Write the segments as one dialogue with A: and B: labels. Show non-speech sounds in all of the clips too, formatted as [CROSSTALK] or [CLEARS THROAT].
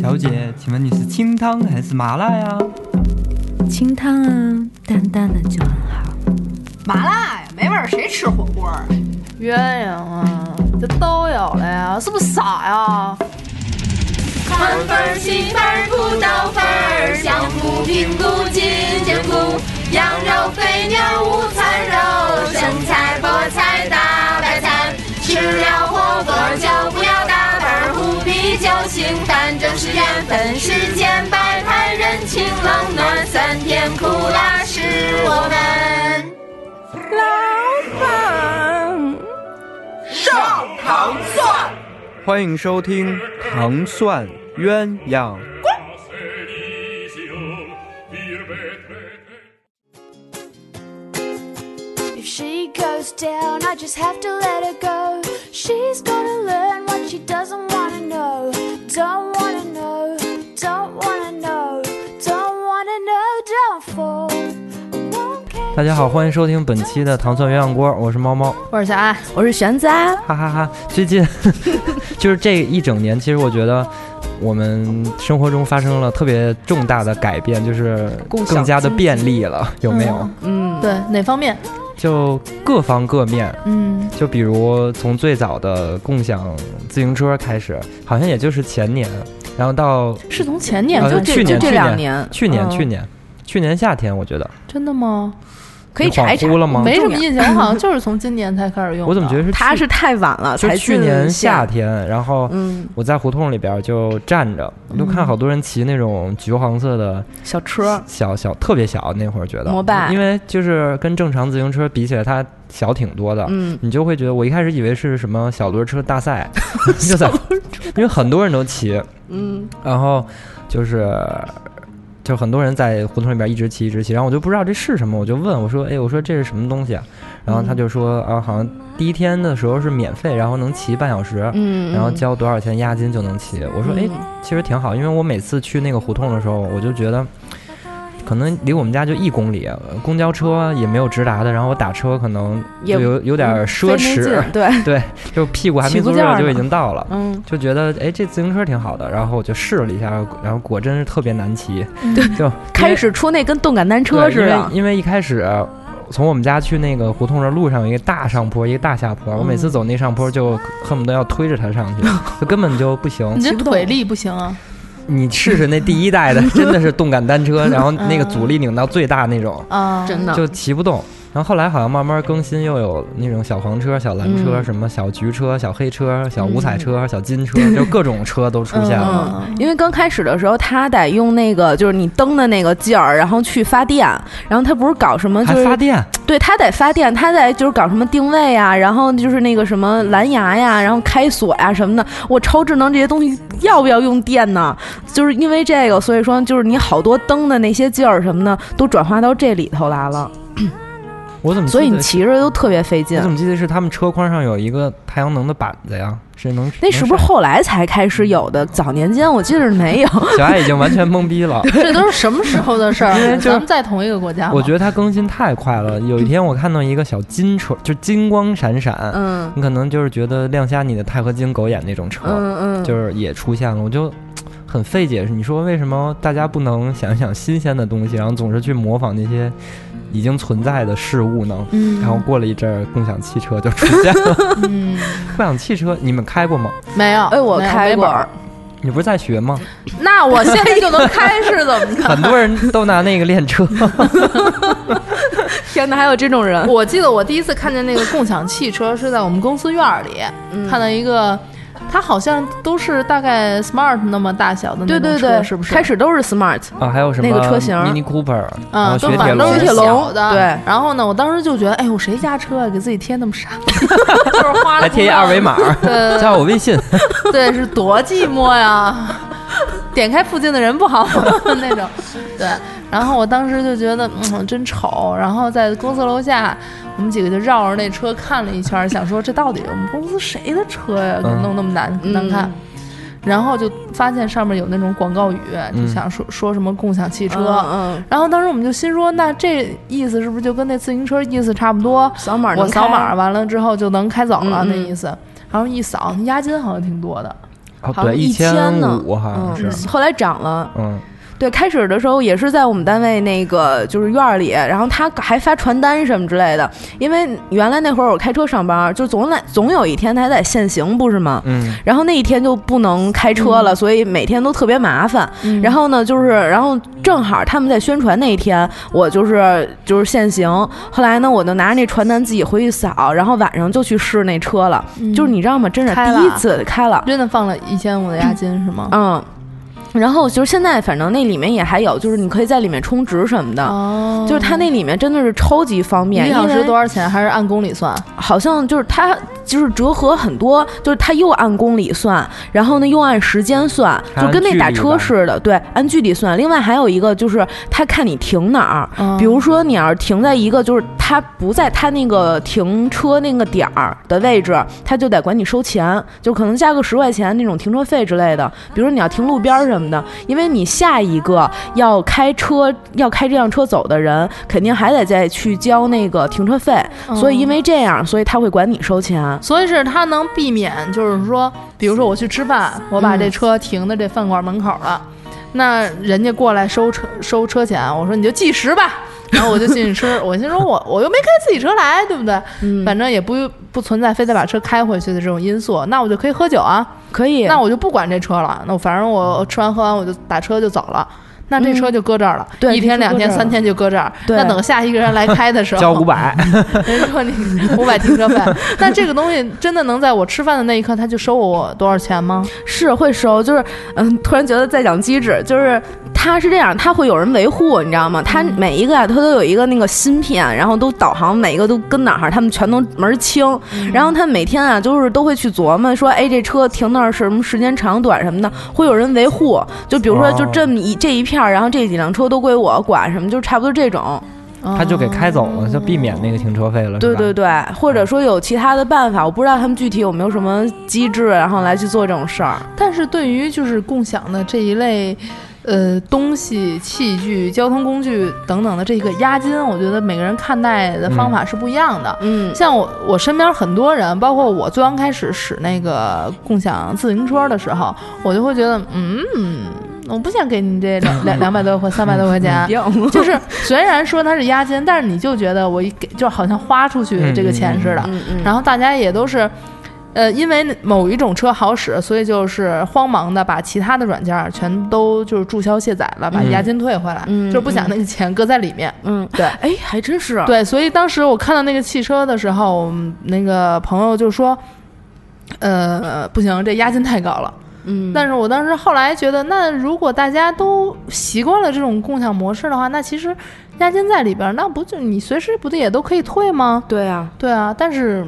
A: 小姐，请问你是清汤还是麻辣呀？
B: 清汤啊，淡淡的啊就很好。
C: 麻辣呀，没味儿，谁吃火锅啊？
D: 鸳鸯啊，这都有了呀，是不是傻呀？
E: 三分儿、七分儿、土豆粉儿、香菇、平菇、金针菇、羊肉、肥牛、午餐肉、生菜、菠菜、大白菜。吃了火锅就不要打盹儿，喝啤酒行，反正是缘分。世间百态，人情冷暖，酸甜苦辣是我们。
A: 欢迎收听《糖蒜鸳鸯》。
F: If she goes down, I just have to let her go. She's gotta learn what she doesn't wanna know. Don't wanna know, don't wanna know, don't wanna know, don't fall. Won't catch
G: 大家好，欢迎收听本期的糖蒜鸳鸯锅，我是猫猫，
D: 我是小爱，
B: 我是玄子啊，
G: 哈哈哈最近 [LAUGHS] 就是这一整年，其实我觉得我们生活中发生了特别重大的改变，就是
D: 共享
G: 更加的
D: 经济
G: 便利了，有没有？
B: 嗯，
D: 对哪方面？
G: 就各方各面，
D: 嗯，
G: 就比如从最早的共享自行车开始，好像也就是前年，然后到
D: 是从前年
G: 呃
D: 就
G: 去
D: 这
G: 年
D: 就
B: 就这
D: 这
B: 两年，
G: 去年、
D: 嗯
G: 去年去年夏天，我觉得
D: 真的吗？
B: 可以
G: 你恍
B: 查一查
G: 惚了吗？
D: 没什么印象，我好像就是从今年才开始用的。
G: 我怎么觉得是
B: 他
G: 去
B: 是太晚了，
G: 就
B: 才
G: 去
B: 进
G: 年
B: 线
G: 夏，天，然后
B: 嗯，
G: 我在胡同里边就站着，我就看好多人骑那种橘黄色的
B: 小车，
G: 小小特别小，那会儿觉得
B: 摩拜
G: 因为就是跟正常自行车比起来，它小挺多的。
B: 嗯，
G: 你就会觉得，我一开始以为是什么小轮车大赛， [LAUGHS] 就在，因为很多人都骑，
B: 嗯，
G: 然后就是就很多人在胡同里边一直骑一直骑，然后我就不知道这是什么，我就问我说，哎，我说这是什么东西啊？然后他就说啊，好像第一天的时候是免费，然后能骑半小时，
B: 嗯，
G: 然后交多少钱押金就能骑。我说，哎
B: 嗯，
G: 其实挺好，因为我每次去那个胡同的时候，我就觉得。可能离我们家就一公里，呃公交车也没有直达的，然后我打车可能
B: 也嗯
G: 就有有点奢
B: 费那
G: 侈， [LAUGHS]
B: 劲对，
G: 对，就屁股还
B: 起
G: 没
B: 不
G: 坐
B: 劲儿
G: 热就
B: 呢
G: 已经到了，
B: 嗯，
G: 就觉得哎这自行车挺好的，然后我就试了一下，然后果真是特别难骑，
B: 对
G: [LAUGHS] 就因为
B: 开始出那跟动感单车
G: 对
B: 似
G: 因为
B: 的，
G: 因为一开始从我们家去那个胡同的路上有一个大上坡，一个大下坡，我每
B: 嗯
G: 次走那上坡就恨不得要推着它上
B: [LAUGHS]
G: 去，就根本就不行
D: 你。这
B: 骑不动
D: 腿力不行啊？
G: 你试试那第一
B: [LAUGHS]
G: 代的，真的是动感单车，然后那
B: 嗯
G: 个阻力拧到最大那种，
D: 啊，
B: 真的
G: 就骑不动。然后后来好像慢慢更新，又有那种小黄车、小蓝车、
B: 嗯
G: 什么小橘车、小黑车、小五彩车、小金车，就各种车都出现了。
D: 嗯
B: 因为刚开始的时候，他得用那个就是你蹬的那个劲儿，然后去发电，然后他不是搞什么就
G: 还
B: 是
G: 发电，
B: 对他得发电，他得就是搞什么定位啊，然后就是那个什么蓝牙呀，然后开锁呀什么的。我超智能这些东西要不要用电呢？就是因为这个，所以说就是你好多灯的那些劲儿什么的都转化到这里头来了，
G: 我怎么记
B: 所以你
G: 得
B: 骑着都特别费劲
G: 我怎。么记得是他们车筐上有一个太阳能的板子呀？是能
B: 那是不是
G: 能
B: 后来才开始有的？早年间我记得是没有。
G: 晒小爱已经完全懵逼
B: [LAUGHS] 啊
G: 了？
D: 这都是什么时候的事儿？啊咱们在同一个国家吗，
G: 我觉得它更新太快了。有一天我看到一个小金车，就金光闪闪，
B: 嗯
G: 你可能就是觉得亮瞎你的钛合金狗眼那种车，
B: 嗯嗯，
G: 就是也出现了，我就。嘖很费解，你说为什么大家不能想一想新鲜的东西，然后总是去模仿那些已经存在的事物呢？
D: 嗯，
G: 然后过了一阵儿，共享汽车就出现
B: [LAUGHS]
G: 了。
D: 嗯，
G: 共享汽车，你们开过吗？
D: 没有，
B: 哎，我
D: 没有
B: 开
D: 没
B: 过啊
D: 本 [LAUGHS] 儿，
G: 你不是在学吗？
D: 那我现在就能开是怎 [LAUGHS] 么着？
G: 很多人都拿那个练
D: [LAUGHS]
G: 车，
B: [LAUGHS] 天哪，还有这种人！
D: 我记得我第一次看见那个共享汽车是在我们公司院儿里，
B: 嗯
D: 看到一个，它好像都是大概 smart 那么大小的那
B: 对
D: 种
B: 对
D: 车，
B: 对，
D: 是不是？
B: 开始都是 smart，
G: 啊，还有什么
B: 那个车型
G: Mini Cooper，然
D: 嗯，
G: 后
D: 都
G: 啊雪
D: 反
G: 铁
D: 正都
G: 龙
D: 是
B: 雪铁龙
D: 小的。
B: 对
D: 然后呢，我当时就觉得，哎呦，谁家车啊，给自己贴那么傻，
B: [LAUGHS]
D: 就是花了
G: 还贴一二维码，[LAUGHS]
D: 对
G: 加我微
D: [LAUGHS]
G: 信。
B: [LAUGHS]
D: 对，是多寂寞呀！点开附近的人不好吗 [LAUGHS] 那种，对。然后我当时就觉得，嗯，真丑。然后在公司楼下，我们几个就绕着那车看了一圈，想说这到底我们公司谁的车呀？给
G: 嗯
D: 弄那么难、难看。然后就发现上面有那种广告语，就想说、说什么共享汽车。
B: 嗯嗯，
D: 然后当时我们就心说，那这意思是不是就跟那自行车意思差不多？
B: 扫码
D: 我
B: 能开
D: 扫码，完了之后就能开走了，
B: 嗯嗯
D: 那意思。然后一扫，押金好像挺多的，
G: 哦，
B: 好像
G: 对，一
B: 1000呢
G: 五好像
B: 嗯
G: 是，，
B: 后来涨了。
G: 嗯，
B: 对，开始的时候也是在我们单位那个就是院儿里，然后他还发传单什么之类的。因为原来那会儿我开车上班，就总来总有一天他还得限行，不是吗？
G: 嗯，
B: 然后那一天就不能开车了，所以每天都特别麻烦。
D: 嗯
B: 然后呢，就是然后正好他们在宣传那一天，我就是就是限行。后来呢，我就拿着那传单自己回去扫，然后晚上就去试那车了。就是你知道吗？真是
D: 嗯开
B: 第一
D: 了
B: 次开了，
D: 真的放了一千五的押金是吗？
B: 嗯。然后就是现在，反正那里面也还有，就是你可以在里面充值什么的，
D: 哦
B: 就是它那里面真的是超级方
D: 一
B: 便，
D: 个小
B: 因
D: 时
B: 为
D: 多少钱？还是按公里算？
B: 好像就是它就是折合很多，就是它又按公里算，然后呢又按时间算，
G: 还
B: 就
G: 按
B: 跟那
G: 距
B: 打
G: 离
B: 车
G: 吧
B: 似的，对，按距离算。另外还有一个就是它看你停哪儿，
D: 嗯
B: 比如说你要是停在一个就是它不在它那个停车那个点儿的位置，它就得管你收钱，就可能加个十块钱那种停车费之类的。比如说你要停路边儿什么的，因为你下一个要开车要开这辆车走的人，肯定还得再去交那个停车费。所以因为这样，所以他会管你收钱。
D: 所以是它能避免，就是说，比如说我去吃饭，我把
B: 嗯
D: 这车停在这饭馆门口了，那人家过来收车收车钱，我说你就计时吧，然后我就进去吃，我心说我我又没开自己车来，对不对？
B: 嗯
D: 反正也不不存在非得把车开回去的这种因素，那我就可以喝酒啊，
B: 可以，
D: 那我就不管这车了，那我反正我吃完喝完我就打车就走了。那这车就搁这儿了，
B: 对
D: 一天两天
B: 这车搁这儿了
D: 三天就搁这儿。
B: 对
D: 那等下一个人来开的时候，
G: 交五百，
D: 嗯人说你五百停车费，那这个东西真的能在我吃饭的那一刻他就收我多少钱吗？
B: 是会收，就是嗯，突然觉得在讲机制，就是它是这样，它会有人维护，你知道吗？它每一个啊，它都有一个那个芯片，然后都导航，每一个都跟哪儿，他们全都门儿清。然后他每天啊，就是都会去琢磨说，哎，这车停那儿是什么时间长短什么的，会有人维护。就比如说，
G: 哦
B: 就这么一、这一片儿，然后这几辆车都归我管，什么就差不多这种。
G: 他就给
D: 嗯
G: 开走了，就避免那个停车费了，
B: 对
G: 是吧
B: 对，对，或者说有其他的办法，我不知道他们具体有没有什么机制，然后来去做这种事儿。
D: 但是对于就是共享的这一类，呃，东西、器具、交通工具等等的这个押金，我觉得每个人看待的方法是不一样的。
B: 嗯
D: 像我，我身边很多人，包括我最刚开始使那个共享自行车的时候，我就会觉得，嗯，我不想给你这两两两百多块、三百多块钱，
B: 嗯
D: [LAUGHS]
B: [LAUGHS]
D: 就是虽然说它是押金，但是你就觉得我一给就好像花出去这个钱似的。
B: 嗯嗯，
D: 然后大家也都是，呃，因为某一种车好使，所以就是慌忙的把其他的软件儿全都就是注销卸载了，把
G: 嗯
D: 押金退回来，
B: 嗯
D: 就是不想那个钱搁在里面。
B: 嗯，
D: 对
B: 哎，还真是，
D: 对，所以当时我看到那个汽车的时候，我们那个朋友就说。呃，不行，这押金太高了。
B: 嗯，
D: 但是我当时后来觉得，那如果大家都习惯了这种共享模式的话，那其实押金在里边儿，那不就你随时不得也都可以退吗？
B: 对啊，
D: 对啊，但是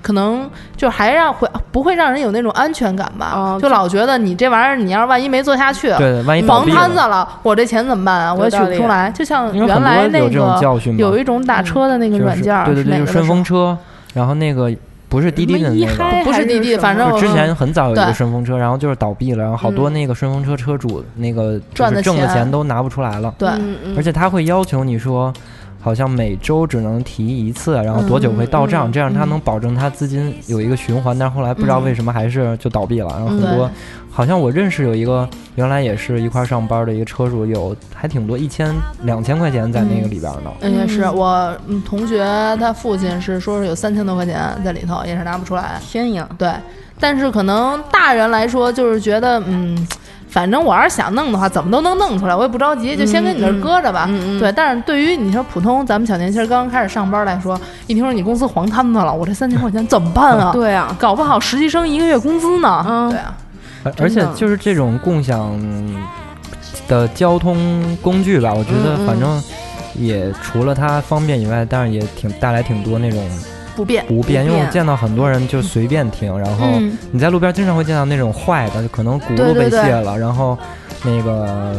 D: 可能就还让会不会让人有那种安全感吧？
B: 哦
D: 就老觉得你这玩意儿，你要是万一没做下去，
G: 对对，万一倒
D: 黄
G: 闭
D: 摊子
G: 了，
D: 了，我这钱怎么办啊？我也取不出来。就像
G: 因为
D: 原
G: 很
D: 来
G: 多
D: 那
G: 有这种
D: 个
G: 教训嘛，
D: 有一种打车的那个
G: 就是
D: 软件儿，
G: 对对
D: 是哪
G: 对，就
D: 个
G: 是
D: 的
G: 顺风
D: 时
G: 车，然后那个不是滴滴的
B: 什么一
G: 那个，
B: 嗨
D: 候，不
B: 还
D: 是
B: 是
D: 滴滴，
B: 什么
D: 反正
G: 就
D: 我
G: 之前很早有一
D: 对
G: 个顺风车，然后就是倒闭了，然后好多
D: 嗯
G: 那个顺风车车主那个就是
D: 赚的
G: 挣的
D: 钱
G: 钱都拿不出来了，
D: 对。
B: 嗯
G: 而
B: 嗯，
G: 且他会要求你说，好像每周只能提一次，然后多久会到
B: 嗯
G: 账，这样他能保证他资金有一个循环。但是后来不知道为什么还是就倒闭了，然后很多
D: 对，
G: 好像我认识有一个原来也是一块儿上班的一个车主，有还挺多一千两千块钱在那个里边呢。
D: 嗯，也是我嗯同学他父亲是说是有三千多块钱在里头，也是拿不出来。
B: 天呀，
D: 对，但是可能大人来说，就是觉得，嗯，反正我要是想弄的话，怎么都能弄出来，我也不着急，就先跟你这儿搁着吧。
B: 嗯嗯嗯
D: 对，但是对于你说普通咱们小年轻儿刚刚开始上班来说，一听说你公司黄摊子了，我这三千块钱怎么办啊？，
B: 对啊，
D: 搞不好实习生一个月工资呢。
B: 嗯
D: 对啊，
G: 而而且
B: 真的
G: 就是这种共享的交通工具吧，我觉得
B: 嗯嗯
G: 反正也除了它方便以外，但是也挺带来挺多那种
D: 不变。
G: 不便，因为我
B: 便
G: 见到很多人就随便停，然后
D: 嗯，
G: 你在路边经常会见到那种坏的，就可能轱辘
B: 对对
G: 被
B: 对
G: 卸了，然后那个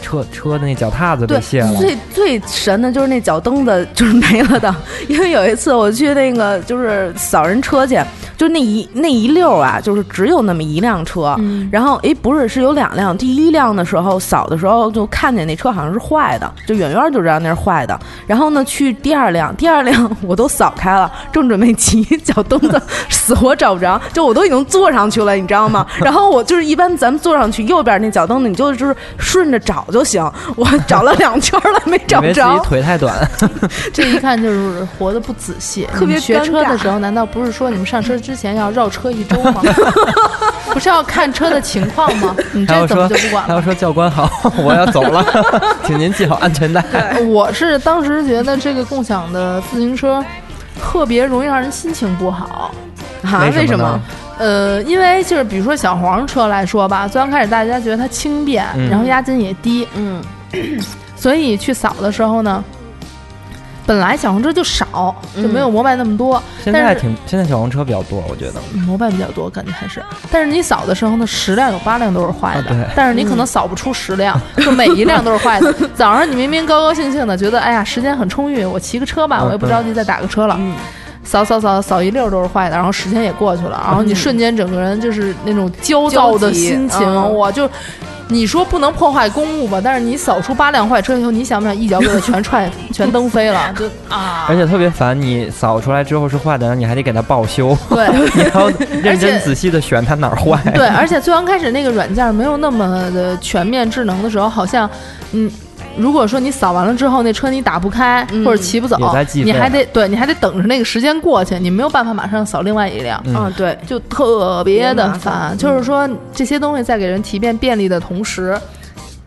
G: 车车的那脚踏子
B: 对
G: 被卸，
D: [LAUGHS]
G: 了。
B: 最最神的就是那脚蹬子就是没了的，因为有一次我去那个就是扫人车去，就那一那一溜儿啊，就是只有那么一辆车。
D: 嗯
B: 然后诶，不是，是有两辆。第一辆的时候扫的时候就看见那车好像是坏的，就远远就知道那是坏的。然后呢，去第二辆， [LAUGHS] 第二辆我都扫开了，正准备骑，脚蹬子死活找不着，就我都已经坐上去了，你知道吗？ [LAUGHS] 然后我就是一般咱们坐上去右边那脚蹬子，你就就是顺着找就行。我找了两圈了，没
G: 因
B: 找
G: 为自己
B: 着。
G: 腿太
D: [LAUGHS]
G: 短，
D: 这一看就是活得不仔细。
B: [LAUGHS] 特别
D: 你学车
B: 尴
D: 的
B: 尬
D: 时候，难道不是说你们上车之前要绕车一周
B: [LAUGHS]
D: 吗？不是要看车的情况吗？你
G: 还
D: 这
G: 要
D: 怎么
G: 说
D: 就不管
G: 还要
D: 了？
G: 说教官好， [LAUGHS] 我要走
D: [LAUGHS]
G: 了，请您系好安全带。
D: 我是当时觉得这个共享的自行车特别容易让人心情不好。
B: 啊？为
G: 什
B: 么
G: 呢？？
D: 呃，因为就是比如说小黄车来说吧，最刚开始大家觉得它轻便，
G: 嗯
D: 然后押金也低，
B: 嗯，
D: 所以去扫的时候呢，本来小黄车就少，就
B: 嗯
D: 没有摩拜那么多。
G: 现
D: 但
G: 在
D: 是
G: 挺现在小黄车比较多，我觉得。
D: 摩拜比较多，感觉还是。但是你扫的时候呢，十辆有八辆都是坏的，
G: 啊对
D: 但是你可能扫不出十辆，就每一辆都是坏的。早上你明明高高兴兴的，觉得哎呀时间很充裕，我骑个车吧，
G: 嗯
D: 我也不着急再打个车了。扫扫扫扫一溜都是坏的，然后时间也过去了，然后你瞬间整个人就是那种焦躁的心情，
B: 焦急嗯
D: 我就。你说不能破坏公物吧？但是你扫出八辆坏车以后，你想不想一脚给它全踹、 [LAUGHS] 全蹬飞了？就啊
G: 而，且特别烦，你扫出来之后是坏的，然后你还得给它报
D: [LAUGHS]
G: 修，
D: 对，
G: 你还要认
D: 而且
G: 真仔细的选它哪儿坏。
D: 对，而且最刚开始那个软件没有那么的全面智能的时候，好像，嗯，如果说你扫完了之后那车你打不开、
B: 嗯
D: 或者骑不走
G: 有在，计
D: 你
G: 费
D: 还得对你还得等着那个时间过去，你没有办法马上扫另外一辆。
G: 嗯
B: 啊，对，
D: 就特别
B: 特
D: 的
B: 别麻
D: 烦，就是说这些东西在给人提便便利的同时，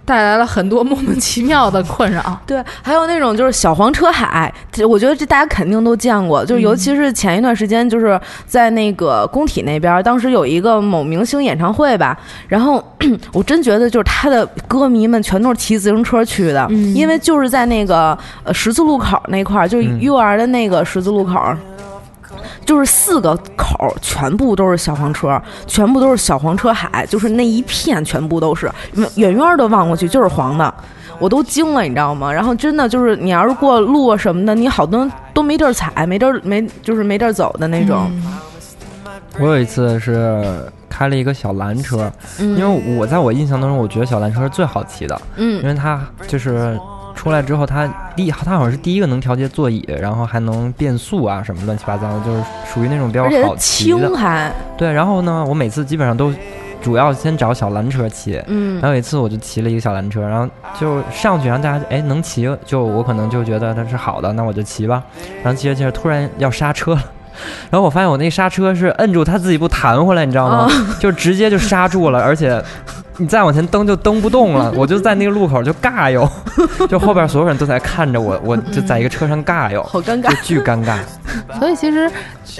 D: 带来了很多莫名其妙的困扰。
B: 对，还有那种就是小黄车海，这我觉得这大家肯定都见过，就是
G: 嗯
B: 尤其是前一段时间，就是在那个工体那边儿，当时有一个某明星演唱会吧，然后 [CLEARS THROAT] 我真觉得就是他的歌迷们全都是骑自行车去的，
D: 嗯
B: 因为就是在那个呃十字路口那块儿，就是
G: 嗯
B: 幼儿的那个十字路口。就是四个口儿全部都是小黄车，全部都是小黄车海，就是那一片全部都是，远远的望过去就是黄的，我都惊了，你知道吗？然后真的就是你要是过路啊什么的，你好多人都没地儿踩，没地儿没就是没地儿走的那种。
G: 我有一次是开了一个小蓝车，因
B: 嗯
G: 为我在我印象当中，我觉得小蓝车是最好骑的，因
B: 嗯
G: 为它就是出来之后，它第一它好像是第一个能调节座椅，然后还能变速啊什么乱七八糟的，就是属于那种比较
B: 而且它
G: 好骑的
B: 轻。还
G: 对，然后呢，我每次基本上都主要先找小蓝车骑。
B: 嗯
G: 然后有一次我就骑了一个小蓝车，然后就上去，然后大家哎能骑，就我可能就觉得它是好的，那我就骑吧。然后骑着骑着突然要刹车了，然后我发现我那个刹车是摁住它自己不弹回来，你知道吗？ [LAUGHS] 就直接就刹住了，而且你再往前蹬就蹬不动了，我就在那个路口就尬游，就后边所有人都在看着我，我就在一个车上尬游，
B: 好尴
G: 就
B: 尬。
G: 巨尴尬。
D: 所以其实呃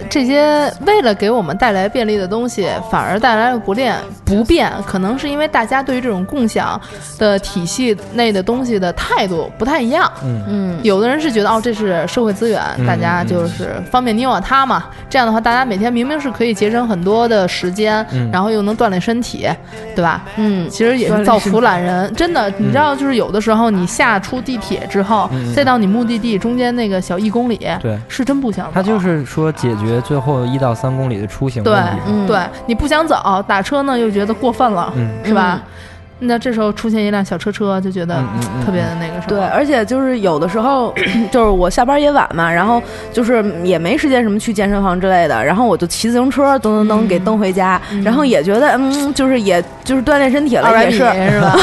D: 这些为了给我们带来便利的东西，反而带来了不便不便，可能是因为大家对于这种共享的体系内的东西的态度不太一样。
G: 嗯，
B: 嗯，
D: 有的人是觉得哦，这是社会资源，
G: 嗯
D: 大家就是方便你我他嘛。这样的话，大家每天明明是可以节省很多的时间，
G: 嗯
D: 然后又能锻炼身体，对吧？
B: 嗯，
D: 其实也是造福懒人，真的，你知道，就是有的时候你下出地铁之后，
G: 嗯嗯
D: 再到你目的地中间那个小一公里，
G: 对
D: 是真不想走。
G: 他就是说解决最后一到三公里的出行
D: 对
G: 问题。啊
B: 嗯
D: 对你不想走，打车呢又觉得过分了，
G: 嗯
D: 是吧？那这时候出现一辆小车车，就觉得
G: 嗯嗯嗯
D: 特别的那个什么。
B: 对，而且就是有的时候，就是我下班也晚嘛，然后就是也没时间什么去健身房之类的，然后我就骑自行车噔噔
G: 嗯
B: 噔给蹬回家，然后也觉得嗯，就是也就是锻炼身体
D: 二
B: 了，
D: 百
B: 也
D: 米
B: 是
D: 是 [LAUGHS] 吧？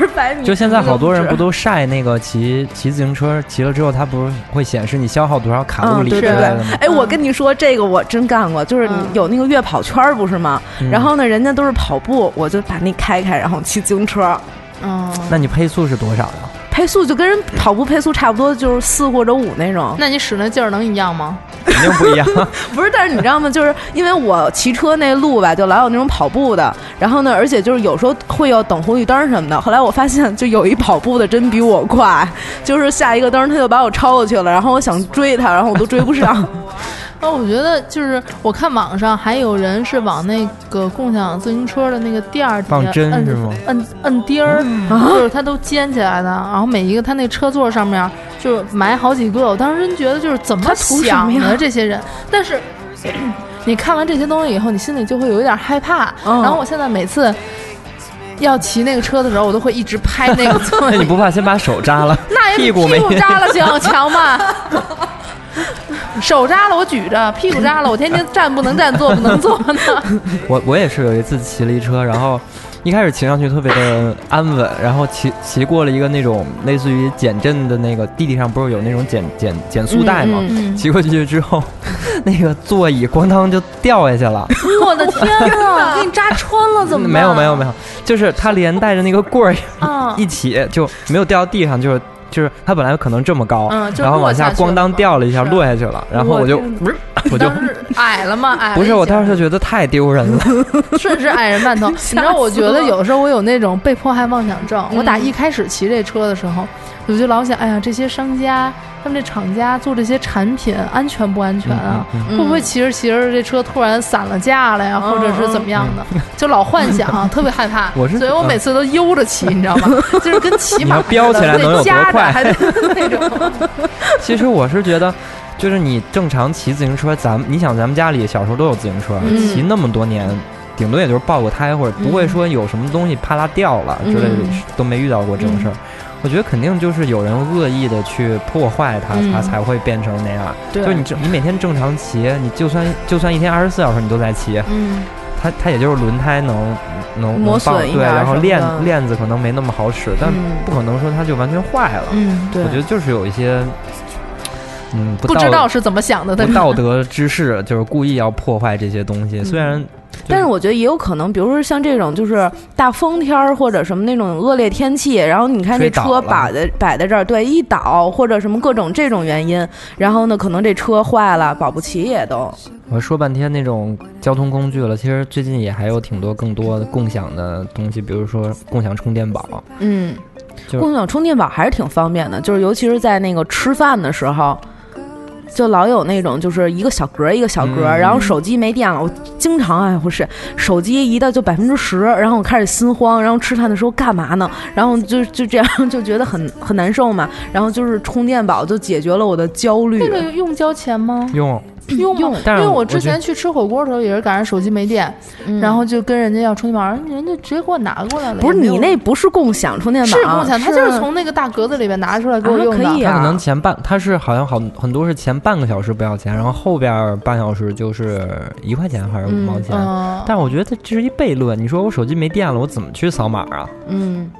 B: 二百米。
G: 就现在好多人
B: 不
G: 不都晒那个骑骑自行车骑了之后，它不是会显示你消耗多少卡路
B: 嗯，
G: 里
B: 对
G: 之类
B: 对
G: 的吗
B: 对，？哎，我跟你说，这个我真干过，就是你
D: 嗯
B: 有那个月跑圈儿不是吗？
G: 嗯
B: 然后呢，人家都是跑步，我就把那开开，然后骑自行车，
D: 嗯，
G: 那你配速是多少呀？
B: 配速就跟人跑步配速差不多，就是四或者五那种。
D: 那你使那劲儿能一样吗？
G: 肯定不一样。
B: 不是，但是你知道吗？就是因为我骑车那路吧，就老有那种跑步的，然后呢，而且就是有时候会有等红绿灯什么的。后来我发现，就有一跑步的真比我快，就是下一个灯他就把我超过去了，然后我想追他，然后我都追不上。
D: 那哦我觉得就是，我看网上还有人是往那个共享自行车的那个垫儿底下
G: 放针
D: 摁
G: 是吗
D: 摁摁钉儿，
B: 嗯
D: 啊就是它都尖起来的，然后每一个它那车座上面就是埋好几个。我当时真觉得就是怎么
B: 它图什
D: 想
B: 么
D: 的
B: 呀
D: 这些人，但是。你看完这些东西以后，你心里就会有一点害怕。
B: 嗯
D: 然后我现在每次要骑那个车的时候，我都会一直拍那个
B: [LAUGHS]
D: 座
G: 那
D: 椅？
G: 你，不怕先把手扎了
D: 那也比
G: 屁股没 [LAUGHS]
D: 屁股扎了行，强吗？手扎了我举着，屁股扎了我天天站不能站，坐不能坐
G: [LAUGHS]
D: 呢。
G: 我我也是有一次骑了一车，然后一开始骑上去特别的安稳，然后骑骑过了一个那种类似于减震的那个地地上不是有那种减减减速带吗？
D: 嗯嗯
G: 骑过去之后， [LAUGHS] 那个座椅咣当就掉下去了。
D: 我的天啊，给你扎穿了怎么办？
G: 没有没有没有，就是它连带着那个棍儿
D: 啊
G: 一起就没有掉到地上，就是就是它本来可能这么高，
D: 嗯就
G: 然后
D: 落
G: 往
D: 下
G: 下
D: 去了
G: 咣当
D: 嘛
G: 掉了一下，
D: 是
G: 落下去了，然后我就不是我就
D: [LAUGHS] 当时矮了吗？矮了
G: 不是我
D: 一截
G: 当时就觉得太丢人
D: [LAUGHS]
G: 了，
D: 瞬时矮人馒
G: [LAUGHS]
D: 头。你知道，我觉得有的时候我有那种被迫害妄想症。我打
G: 嗯
D: 一开始骑这车的时候，我就老想，哎呀，这些商家、他们这厂家做这些产品安全不安全啊？
G: 嗯
D: 会不会骑着骑着这车突然散了架了呀，或者是怎么样的？ [LAUGHS] 就老幻 [LAUGHS] 想，特别害怕。
G: 我是
D: 所以我每次都悠着骑，你知道吗？就是跟骑马
G: 你要飙起来能有多
D: 似的得夹着
G: 快
D: 还得 [LAUGHS] 那种。
G: 其实我是觉得，就是你正常骑自行车，咱们你想咱们家里小时候都有自行车，
D: 嗯
G: 骑那么多年，顶多也就是爆个胎，或者不会
D: 嗯
G: 说有什么东西啪啦掉了之类的，都没遇到过这种事
D: 嗯
G: 儿。我觉得肯定就是有人恶意的去破坏它，它
D: 嗯
G: 才会变成那样。
B: 对啊
G: 就是你正你每天正常骑，你就算就算一天二十四小时你都在骑，
D: 嗯，
G: 它它也就是轮胎能能
B: 磨
G: 能放
B: 损一
G: 对，
B: 点儿
G: 然后
B: 什么
G: 链
B: 的
G: 链子可能没那么好使，但不可能说它就完全坏了。
D: 嗯，
B: 嗯对
G: 我觉得就是有一些，嗯，不
D: 不
G: 道
D: 知道是怎么想的，但
G: 不
D: 是
G: 道德之士，就是故意要破坏这些东西。虽然，
B: 但是我觉得也有可能，比如说像这种就是大风天儿或者什么那种恶劣天气，然后你看这
G: 吹倒
B: 车
G: 了
B: 摆在摆在这儿，对，一倒或者什么各种这种原因，然后呢，可能这车坏了，保不齐也都
G: 我说半天那种交通工具了，其实最近也还有挺多更多的共享的东西，比如说共享充电宝。
B: 嗯。
G: 就是
B: 共享充电宝还是挺方便的，就是尤其是在那个吃饭的时候，就老有那种就是一个小格儿一个小格儿，
G: 嗯
B: 然后手机没电了，我经常哎，不是手机一到就百分之十，然后我开始心慌，然后吃饭的时候干嘛呢？然后就就这样 [LAUGHS] 就觉得很很难受嘛，然后就是充电宝就解决了我的焦虑嗯
D: 那。个用交钱吗？
G: 用
D: 用啊吗？
G: 但
D: 因
G: 是
D: 为
G: 我
D: 我
G: 我
D: 之
G: 觉得
D: 前去吃火锅的时候也是赶上手机没电，然后就跟人家要充电宝，人家直接给我拿过来了。
B: 不是
D: 也没有
B: 你那不是共享充电宝，啊
D: 是共享，他就是啊
B: 是
D: 从那个大格子里面拿出来给我
B: 啊
D: 用的。
B: 可以
G: 它
B: 啊
G: 可能前半，它是好像好很多是前半个小时不要钱，然后后边半小时就是一块钱还是五毛钱。
D: 嗯，
G: 但我觉得这是一悖论。你说我手机没电了，我怎么去扫码
D: [LAUGHS]
G: 啊？
B: 嗯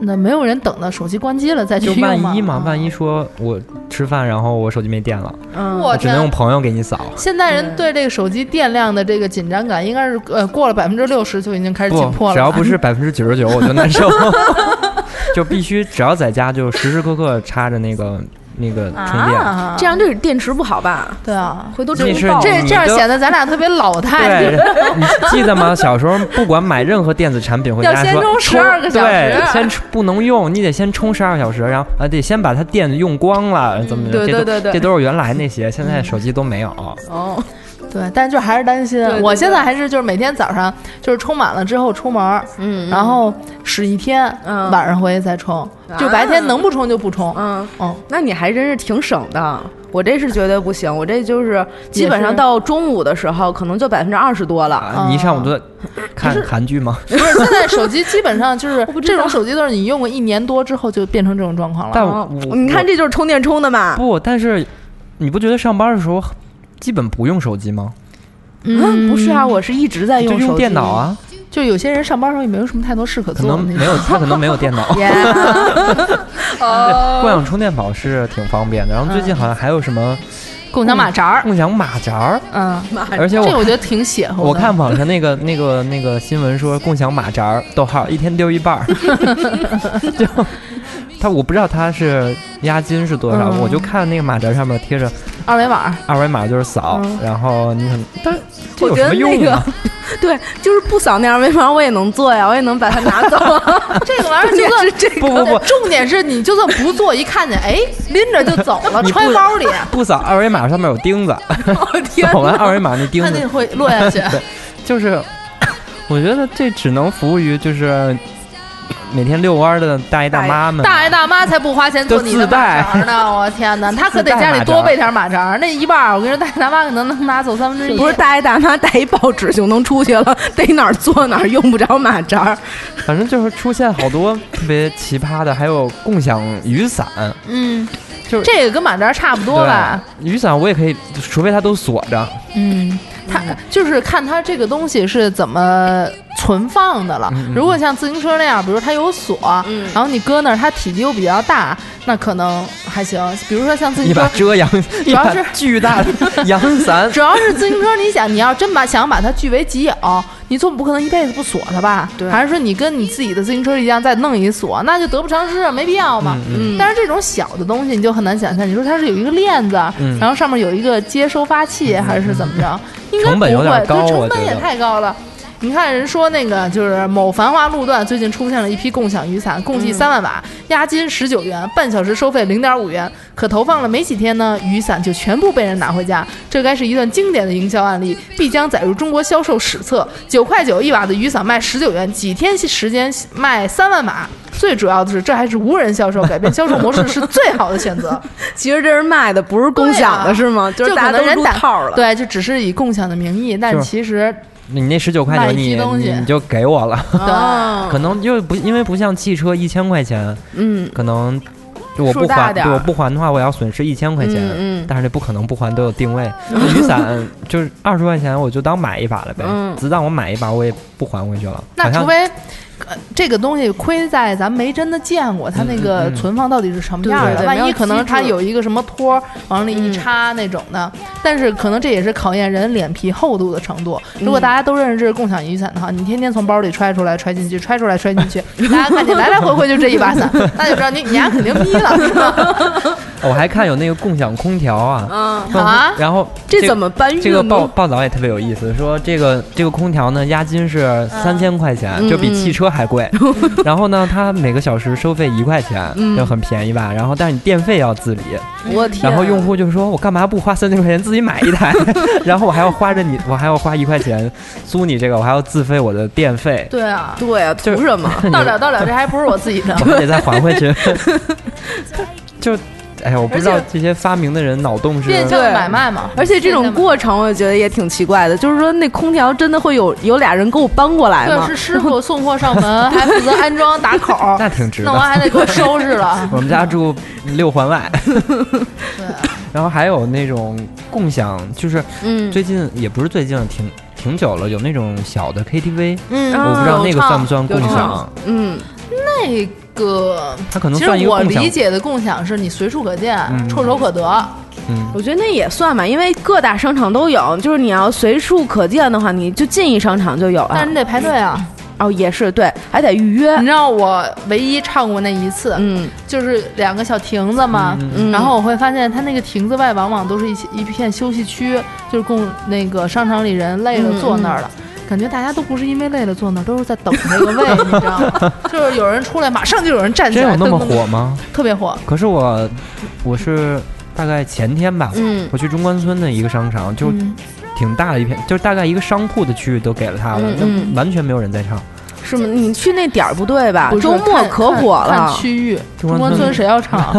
D: 那没有人等到手机关机了再去
G: 就
D: 用
G: 万一
D: 嘛嗯哦
G: 嘛，，万一说我吃饭，然后我手机没电了，
B: 嗯，
D: 我
G: 我只能用
D: 天！
G: 朋友给你扫。
D: 现在人对这个手机电量的这个紧张感，应该是呃过了百分之六十就已经开始紧
G: 不，
D: 迫
G: 只
D: 了 [LAUGHS]
G: 要
D: 吧。
G: 不是百分之九十九，我就难受。 [LAUGHS] 就必须只要在家，就时时刻刻插着那个那个充电。
D: 啊，
B: 这样对电池不好吧？
D: 对啊，
B: 回头
G: 这
B: 真
G: 是
B: 爆
D: 这
G: 哦你
D: 这样
G: 都
D: 显得咱俩特别老态。
G: 对，你记得
B: [LAUGHS]
G: 吗？小时候不管买任何电子产品，回
D: 要
G: 家
D: 先
G: 说
D: 充12个小时
G: 对，先充不能用，你得先充十二小时，然后啊得先把它电用光了，怎么着？
B: 对
G: 这都
B: 对对对嗯
G: 这都是原来那些，现在手机都没有。
B: 哦，
D: 对，但就还是担心。
B: 对
D: 我
B: 对
D: 现
B: 对
D: 在还是就是每天早上就是充满了之后出门儿，
B: 嗯，
D: 然后使一天，
B: 嗯啊
D: 晚上回去再充，就白天能不充就不充。
B: 嗯。
D: 嗯，
B: 那你还真是挺省的，我这是绝对不行，我这就是基本上到中午的时候，可能就百分之二十多了。
G: 啊你一上午都在看韩剧吗？
D: 不是，现在手机基本上就是这种手机都是你用过一年多之后就变成这种状况了。
G: 但
B: 啊
G: 我
B: 你看，这就是充电充的嘛，
G: 不，但是你不觉得上班的时候基本不用手机吗？
B: 嗯，不是啊，我是一直在
G: 就
B: 用
G: 用
B: 手机
G: 电脑，啊，
D: 就有些人上班的时候也没有什么太多事可
G: 可
D: 做，
G: 能
D: 那种
G: 没有他可能没有电
B: [LAUGHS]
G: 脑。 [LAUGHS]
B: 哦
G: 对 [LAUGHS] 共享充电宝是挺方便的，然后最近好像还有什么
D: 共享马扎儿，
G: 共享马扎儿，
D: 嗯，
G: 而且
D: 这个
G: 我
D: 我觉得挺邪乎的。
G: 我看网上那个那个那个新闻说共享马扎儿，逗号一天丢一半儿，就他我不知道他是押金是多少，
D: 嗯
G: 我就看那个马扎上面贴着
D: 二维码，
G: 二维码就是扫，然后你很，但是这
B: 我
G: 有
B: 觉
G: 什
B: 得
G: 么
B: 那
G: 用
B: 个
G: 啊？
B: 对，就是不扫那二维码我也能做呀，我也能把它拿走。
D: [LAUGHS]
B: 啊
D: [LAUGHS] 这个玩意儿就
B: 关
D: 算
B: 键是这个
G: 不不不
D: 重点是你就算不做，一看见哎拎着就走了，
G: 你不
D: 揣
G: [LAUGHS]
D: 包里，
G: 不扫二维码上面有钉子，
D: 天
G: 扫完二维码那钉
D: 看
G: 子
D: 那会
G: [LAUGHS]
D: 落下去。
G: 就是我觉得这只能服务于就是每天遛弯儿的大爷大妈们，
D: 大爷大妈才不花钱做你的马扎儿呢！我天哪，他可得家里多备点马扎儿，那一半儿我跟你说，大爷大妈可能能拿走三分之一。
B: 不是大爷大妈带一报纸就能出去了，逮哪儿坐哪儿，用不着马扎儿。
G: 反正就是出现好多特别奇葩的，还有共享雨伞，
D: 嗯，
G: 就是
D: 这个跟马扎儿差不多
G: 对
D: 吧？
G: 雨伞我也可以，除非它都锁着，
D: 嗯，它就是看它这个东西是怎么存放的了。
G: 嗯嗯
D: 如果像自行车那样，比如它有锁，
B: 嗯
D: 然后你搁那儿，它体积又比较大，那可能还行。比如说像自
G: 一
D: 行
G: 把
D: 车。
G: 遮阳，一
D: 要
G: 把
D: 是
G: 巨大的阳
D: [LAUGHS]
G: 伞，
D: 主要是自行车，你想，你要真把想把它据为己有，你总不可能一辈子不锁它吧？
B: 对
D: 还是说你跟你自己的自行车一样再弄一锁，那就得不偿失啊，没必要嘛。
B: 嗯
D: 但是这种小的东西你就很难想象，你说它是有一个链子，
G: 嗯
D: 然后上面有一个接收发器，还是怎么着？应该
G: 成
D: 不
G: 本
D: 会，
G: 有点
D: 对
G: 高我
D: 成
G: 觉
D: 本也
G: 得
D: 太高了。你看人说那个就是某繁华路段最近出现了一批共享雨伞，共计
G: 嗯
D: 三万瓦，押金十九元，半小时收费零点五元。可投放了没几天呢，雨伞就全部被人拿回家。这该是一段经典的营销案例，必将载入中国销售史册。九块九一瓦的雨伞卖十九元，几天时间卖三万瓦。最主要的是，这还是无人销售，改变销售模式是最好的
G: [LAUGHS]
D: 选择。
B: 其实这是卖的，不是共享
D: 对啊
B: 的，是吗？就
D: 就是可
B: 大家
D: 能
B: 都
D: 人
B: 入
D: 打
B: 套了。，
D: 对，就只是以共享的名义，但
G: 就是 [LAUGHS]
D: 其实
G: 你那十九块
D: 卖
G: 九
D: 一批
G: 你
D: 东西
G: 你你就给我了，
B: 哦
G: 可能又不因为不像汽车一千块钱，
B: 嗯
G: 可能我
D: 数
G: 不
D: 大
G: 还，
D: 点
G: 对
D: 儿
G: 我不还的话，我要损失一千块钱。
B: 嗯嗯
G: 但是这不可能不还都有定
D: [LAUGHS]
G: 位，雨伞就是二十块钱，我就当买一把了呗。
B: 嗯
G: 只当我买一把，我也不还回去了。
D: 那
G: 好像
D: 除非、呃、这个东西亏在咱没真的见过，它那
G: 嗯
D: 个
G: 嗯嗯
D: 存放到底是什么
B: 对
D: 样
B: 对
D: 的，
B: 对没
D: 万一
B: 有
D: 可能
B: 机制
D: 它有一个什么托儿往里一插那种的，嗯但是可能这也是考验人脸皮厚度的程度。如果大家都认识这是共享雨伞的话，你天天从包里揣出来揣进去，揣出来揣进 [LAUGHS] 去，大家看见来来回回就这一把 [LAUGHS] 伞，那就知道你你丫肯定眯了，是吧？
G: [LAUGHS] 我还看有那个共享空调啊，
B: 嗯，
D: 啊
G: 然后
B: 这怎么搬运呢？
G: 这个报报道也特别有意思，说这个这个空调呢，押金
B: 嗯
G: 是三千块钱，就比汽车还贵。 [LAUGHS] 然后呢，它每个小时收费一块钱，
B: 嗯
G: 就很便宜吧。然后但是你电费要自理，
B: 我天！啊
G: 然后用户就说：“我干嘛不花三千块钱自己买一台？
B: [LAUGHS]
G: 然后我还要花着你，我还要花一块钱租你这个，我还要自费我的电费，
D: [LAUGHS] 对啊，
B: 对啊，图什么？
D: 到了到了，这还不是我自己 [LAUGHS] 的。
G: 我还得再还回
B: [LAUGHS]
G: 去。就”哎呀，我不知道
D: 而且
G: 这些发明的人脑洞是
D: 变相的买卖嘛，
B: 而且这种过程，我觉得也挺奇怪的，就是说那空调真的会有有俩人给我搬过来
D: 对
B: 吗
D: 是？师傅送货上门，还负责安装打口儿，
G: 那挺值
D: 弄完
G: 的。。
D: 还得给我收拾了
G: [LAUGHS] 我们家住六环外，
D: 对，啊
G: [LAUGHS] 然后还有那种共享，就是
B: 嗯，
G: 最近也不是最近，挺挺久了，有那种小的 KTV，
D: 嗯，
B: 啊
G: 我不知道那个算不算共
B: 有
G: 享啊
B: 唱，嗯，
D: [LAUGHS] 那个。
G: 它可能
D: 其实
G: 算一个
D: 我
G: 共享
D: 理。解的共享是你随处可见
G: 嗯，
D: 触手可得。
G: 嗯，
B: 我觉得那也算吧，因为各大商场都有，就是你要随处可见的话，你就进一商场就有
D: 但
B: 了
D: 是你。得排队啊！
B: 哦，也是对，还得预约
D: 你。知道我唯一唱过那一次，
B: 嗯
D: 就是两个小亭子嘛，
G: 嗯
B: 嗯，
D: 然后我会发现它那个亭子外往往都是一些一片休息区，就是供那个商场里人累了坐那儿了。感觉大家都不是因为累了坐那儿，都是在等这个位，你知道吗？ [LAUGHS] 就是有人出来，马上就有人站起
G: 真
D: 来，
G: 有那么
D: 噔噔噔
G: 火吗？
D: 特别火。
G: 可是我，我是大概前天吧，
B: 嗯
G: 我去中关村的一个商场，就
D: 嗯
G: 挺大的一片，就是大概一个商铺的区域都给了他了，
B: 嗯
G: 就
B: 嗯
G: 完全没有人在唱。
B: 是吗？你去那点儿不对吧
D: 不？是
B: 周末
D: 看
B: 可火
D: 看看
B: 了。
D: 区域，
G: 中
D: 中
G: 关
D: 关
G: 村
D: 村谁要唱？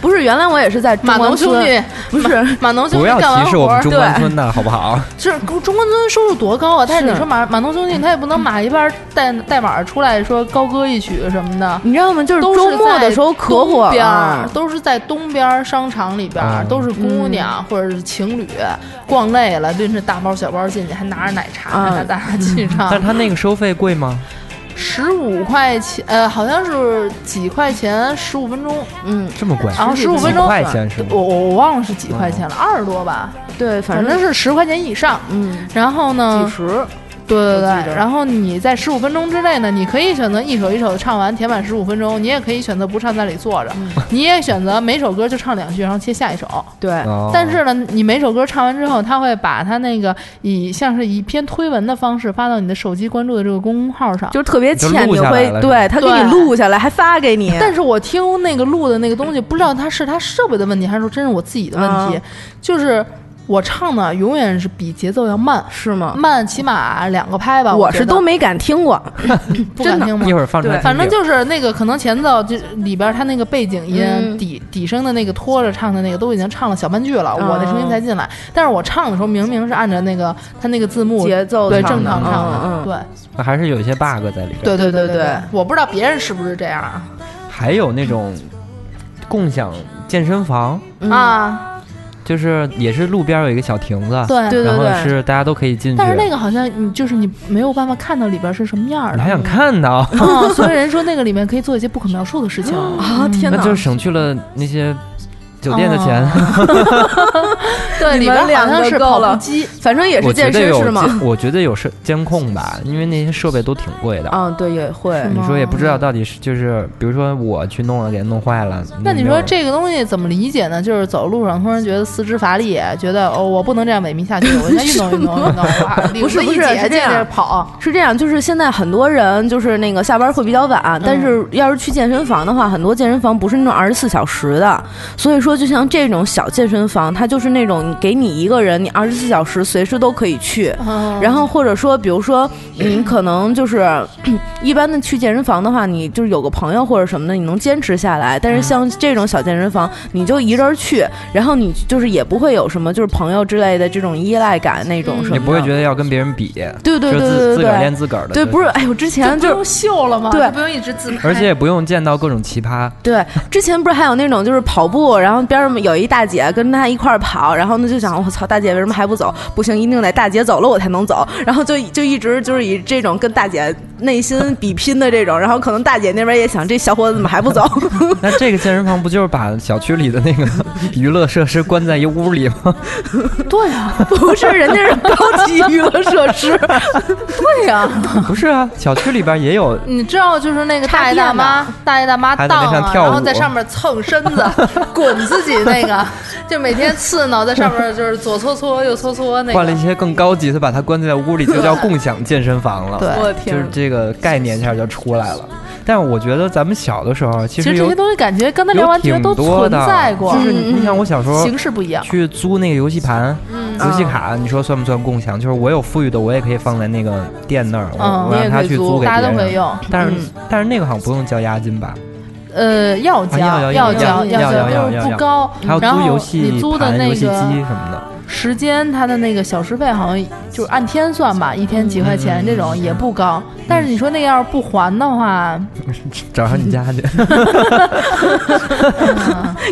B: 不是，原来我也是在中
D: 马
B: 关
D: 农兄
B: 村，
D: 弟，
B: 不是
D: [LAUGHS] 马农兄
G: 不
D: 弟
G: 要
D: 干完
G: 歧视我
D: 活
G: 们
D: 儿，
G: 中
D: 对，
G: 关村的好不
D: [LAUGHS]
G: 好？
D: 就是中关村收入多高啊！但是你嗯
B: 是
D: 说马马农兄弟，他也不能马一半儿带带马儿出来说高歌一曲什么的。
B: 你知道吗？就是
D: 都是
B: 周末的时候
D: 在
B: 可火
D: 东边儿
B: 了，。
D: 都是在东边儿商场里边儿，
G: 嗯
D: 都是姑娘或者是情侣，逛累了拎着大包小包进去，还拿着奶茶，
B: 嗯
D: 大家
G: 但
D: 去
G: 是
D: 唱。
G: 他那个收费贵吗？
D: [LAUGHS] 十五块钱，呃，好像是几块钱，十五分钟，
B: 嗯，
G: 这么贵？
D: 然后
B: 十
D: 十
B: 几
D: 五分
G: 几
D: 钟，
G: 块钱是吗
D: 我我我忘了是几块钱了，二十多吧，
B: 对，反
D: 反正
B: 正
D: 是十块钱以上。
B: 嗯，
D: 然后呢
B: 几，十。
D: 对对对
B: 我记，得
D: 然后你在十五分钟之内呢，你可以选择一首一首的唱完填满十五分钟，你也可以选择不唱在那里坐着，
B: 嗯
D: 你也选择每首歌就唱两句，然后切下一首。
B: 对，
G: 哦
D: 但是呢，你每首歌唱完之后，他会把他那个以像是以篇推文的方式发到你的手机关注的这个公众号上。
B: 就是特别欠，
G: 就录
B: 你
G: 下来
B: 会
G: 了
B: 对他给你
D: 对
B: 录下来，还发给你。
D: 但是我
B: 啊
D: 听那个录的那个东西，不知道它是他设备的问题，还是说真是我自己的问题，就是我唱的永远是比节奏要慢，
B: 是吗？
D: 慢起码两个拍吧。我
B: 啊嗯我是都没敢听过，
D: 不敢
B: 真的
D: 听吗
G: 一？会儿放出来
B: 对
G: 听听，
D: 反正就是那个，可能前奏就里边他那个背景音、
B: 嗯
D: 底底声的那个拖着唱的那个，都已经唱了小半句了，我的声音才进来。但是我唱的时候明明是按照那个他那个字幕
B: 节奏
D: 对
B: 唱
D: 正
B: 的
D: 常唱的，
B: 嗯嗯
G: 还是有一些 bug 在里边。
D: 对对
B: 对
D: 对对
B: 对，
D: 我不知道别人是不是这样啊
G: 还有那种共享健身房，
B: 嗯
D: 啊，
G: 就是也是路边有一个小亭子，
D: 对
B: 对
G: 然后是大家都可以进去。
D: 但是那个好像你就是你没有办法看到里边是什么样儿的， [LAUGHS]
G: 你还想看呢？
D: 嗯，所以人说那个里面可以做一些不可描述的事情。
B: 啊！天
G: 那
B: 哪，哦
G: 就省去了那些酒店的钱。
D: 对，
B: 你
D: 里
B: 们
D: 边好
B: 两
D: 像
B: 个
D: 是
B: 够
D: 跑
B: 了
D: 步机，
B: 反正也是
G: 我觉
B: 健
G: 得
B: 身
G: 有
B: 是吗？
G: 监，我觉得有设监控吧，因为那些设备都挺贵的。
B: 啊，对，也会
D: 是吗
G: 你说也不知
B: 哦
G: 道到底是就是，比如说我去弄了，给弄坏了。
D: 那你
G: 没有
B: 嗯
D: 说
G: 人
D: 这个东西怎么理解呢？就是走路上突然觉得四肢乏力，觉得哦，我不能这样萎靡下去，我应该运
B: [LAUGHS]
D: 动运动运动，啊哇
B: 不是
D: 领
B: 不
D: 子一
B: 是
D: 解
B: 是这
D: 接着
B: 样
D: 跑。
B: 是这样，就是现在很多人就是那个下班会比较晚，但是要是去健身房的话，很多健身房不是那种二十四小时的，所以说就像这种小健身房，它就是那种给你一个人，你二十四小时随时都可以去。
D: 嗯
B: 然后或者说，比如说，你可能就是 [CLEARS THROAT] 咳一般的去健身房的话，你就是有个朋友或者什么的，你能坚持下来。但是像这种小健身房，你就一人去，然后你就是也不会有什么就是朋友之类的这种依赖感那种什
G: 嗯
B: 么的。
G: 也不会觉得要跟别人比，对
B: 对对对对对
G: 自自个儿
B: 对
G: 练自个儿的。
B: 对，
G: 就
B: 不是，，哎呦，之前就
D: 就不用秀了吗？
B: 对
D: 就不用一直自拍。
G: 而且也不用见到各种奇葩。
B: 对，之前不是还有那种就是跑步，然后边上有一大姐跟她一块儿跑，然后呢就想我操，大姐为什么还不走？不行，一定得大姐走了我才能走。然后就就一直就是以这种跟大姐内心比拼的这种，然后可能大姐那边也想这小伙子怎么还不走？ [LAUGHS]
G: [LAUGHS] 那这个健身房不就是把小区里的那
D: [LAUGHS]
G: 个娱乐设施关在一屋里吗？
D: 对啊，
B: 不是，人家是高级娱乐设施，
D: 对呀、
G: 不是啊，小区里边也有。
D: 你知道就是那个大爷大妈，大爷大妈
G: 还在那
D: 荡
G: 上
D: 啊，
G: 跳舞
D: 然后在上面蹭身
B: [LAUGHS]
D: 子，滚自己那个，就每天刺挠在上面，就是左搓搓右搓搓那
G: 换了一
D: 个。
G: 些更高级的，把它关在屋里，就叫共享健身房了。
D: 对
G: 就
B: 我天
G: 是
B: 儿，
G: 这个概念一下就出来了。但我觉得咱们小的时候，啊其
D: 其实
G: 实
D: 这
G: 有
D: 些东西感觉刚才聊完，觉
G: 有
D: 得
G: 挺
D: 都
G: 多
D: 存
G: 的
D: 在过，嗯
G: 就是你你想，我小时候
D: 形式不一样。
G: 去租那个游戏
D: 嗯
G: 盘、游戏卡，你说算不算共享？就是我有富裕的，我也可以放在那个店那儿，
D: 嗯
G: 我我让他去租给
D: 大
G: 别
D: 家都会
G: 人。
D: 用。嗯
G: 但是但是那个好像不用交押金吧？
D: 呃，要交、
G: 啊要要要
D: 交要
G: 要
D: 交，
G: 要
D: 就是
G: 要
D: 不
G: 要
D: 高。
G: 还有
D: 然
G: 租
D: 后
G: 游戏
D: 你租的
G: 盘、
D: 那
G: 游戏机
D: 个
G: 什么的，
D: 时间，它的那个小时费好像就是按天算吧，一天几块
G: 嗯
D: 钱这种也不高。但是你说那个要是不还
G: [LAUGHS]
D: 的话，
G: 找上你家去。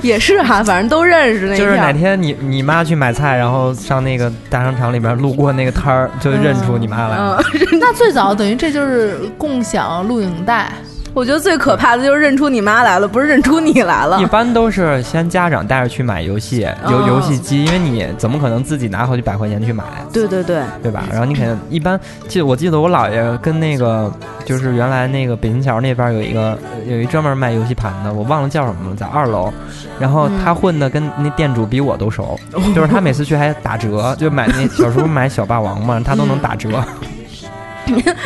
B: 也是哈、反正都认识那一
G: 就是
B: 片
G: 哪
B: 儿
G: 天你你妈去买菜，然后上那个大商场里边路过那个摊儿，就认出你妈来
D: 嗯
G: 了。
B: 嗯
D: 那最早等于这就是共享录影带。
B: 我觉得最可怕的就是认出你妈来了，不是认出你来了
D: 嗯
G: 一。般都是先家长带着去买游戏，游游戏机，因为你怎么可能自己拿好几百块钱去买，
B: 对对对，
G: 对吧？然后你肯定一般，记我记得我姥爷跟那个就是原来那个北新桥那边有一个有一专门卖游戏盘的，我忘了叫什么了，在二楼。然后他混的跟那店主比我都熟，就是他每次去还打 [LAUGHS] 折，就买那小时候买小霸王嘛，他都能打折。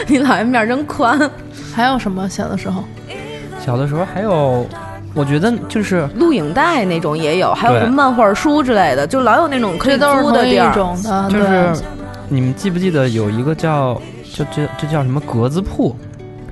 B: 你姥爷面儿真宽，
D: 还有什么小的时候？
G: 小的时候还有，我觉得就是
B: 录影带那种也有，还有
G: 对
B: 什么漫画书之类的，就老有那种可以
D: 这都是
B: 租的
D: 同一
B: 地儿。
D: 种的，
G: 就
D: 对
G: 是你们记不记得有一个叫就这这叫什么格子铺？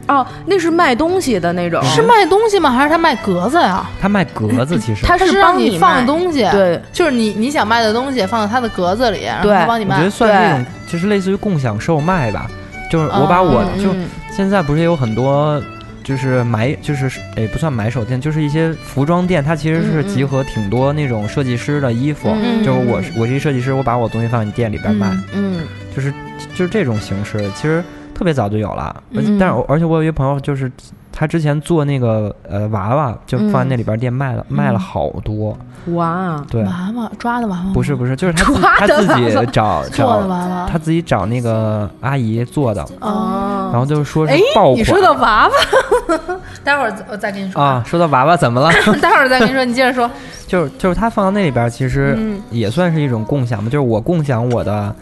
B: 哦，那是卖东西的那种，
D: 是卖东西吗？还是他卖格子呀？
G: 嗯他卖格子，其实
B: 他
D: 他是
B: 帮
D: 让你
B: 卖
D: 放东西，
B: 对，
D: 就是你你想卖的东西放到他的格子里，然后
B: 对
D: 他帮你
G: 我觉
D: 卖
G: 得。算是一种，就是类似于共享售卖吧。就是我把我、
D: 嗯
G: 就现在不是也有很多。就是买，就是也不算买手店，就是一些服装店，它其实是集合挺多那种设计师的衣服。
B: 嗯
G: 就是我是我是一设计师，我把我东西放你店里边卖，
B: 嗯
G: 就是就是这种形式，其实特别早就有了。而且
B: 嗯
G: 但是我而且我有一个朋友，就是他之前做那个呃娃娃，就放在那里边店卖了、
B: 嗯
G: 卖了好多。
B: 哇，
G: 对，
D: 娃娃抓的娃娃吗
G: 不是不是，就是他自
B: 嗯 [LAUGHS] 抓
G: 他
B: 的
G: 自
B: 娃娃
G: 己
B: [LAUGHS]
G: 找
D: 做的
G: 找
D: 娃娃
G: 他自己找那个阿姨做的，
B: 嗯
D: 哦。
G: 然后就说是
B: 哎
G: 爆
D: 你说
G: 款。
D: 到娃娃， [LAUGHS] 待会儿我再跟你说
G: 啊，，说到娃娃怎么了？
D: [LAUGHS] 待会儿再跟你说，你接
G: [LAUGHS]
D: 着说。
G: 就是就是他放到那里边，其
B: 嗯
G: 实也算是一种共享嘛，就是我共享我的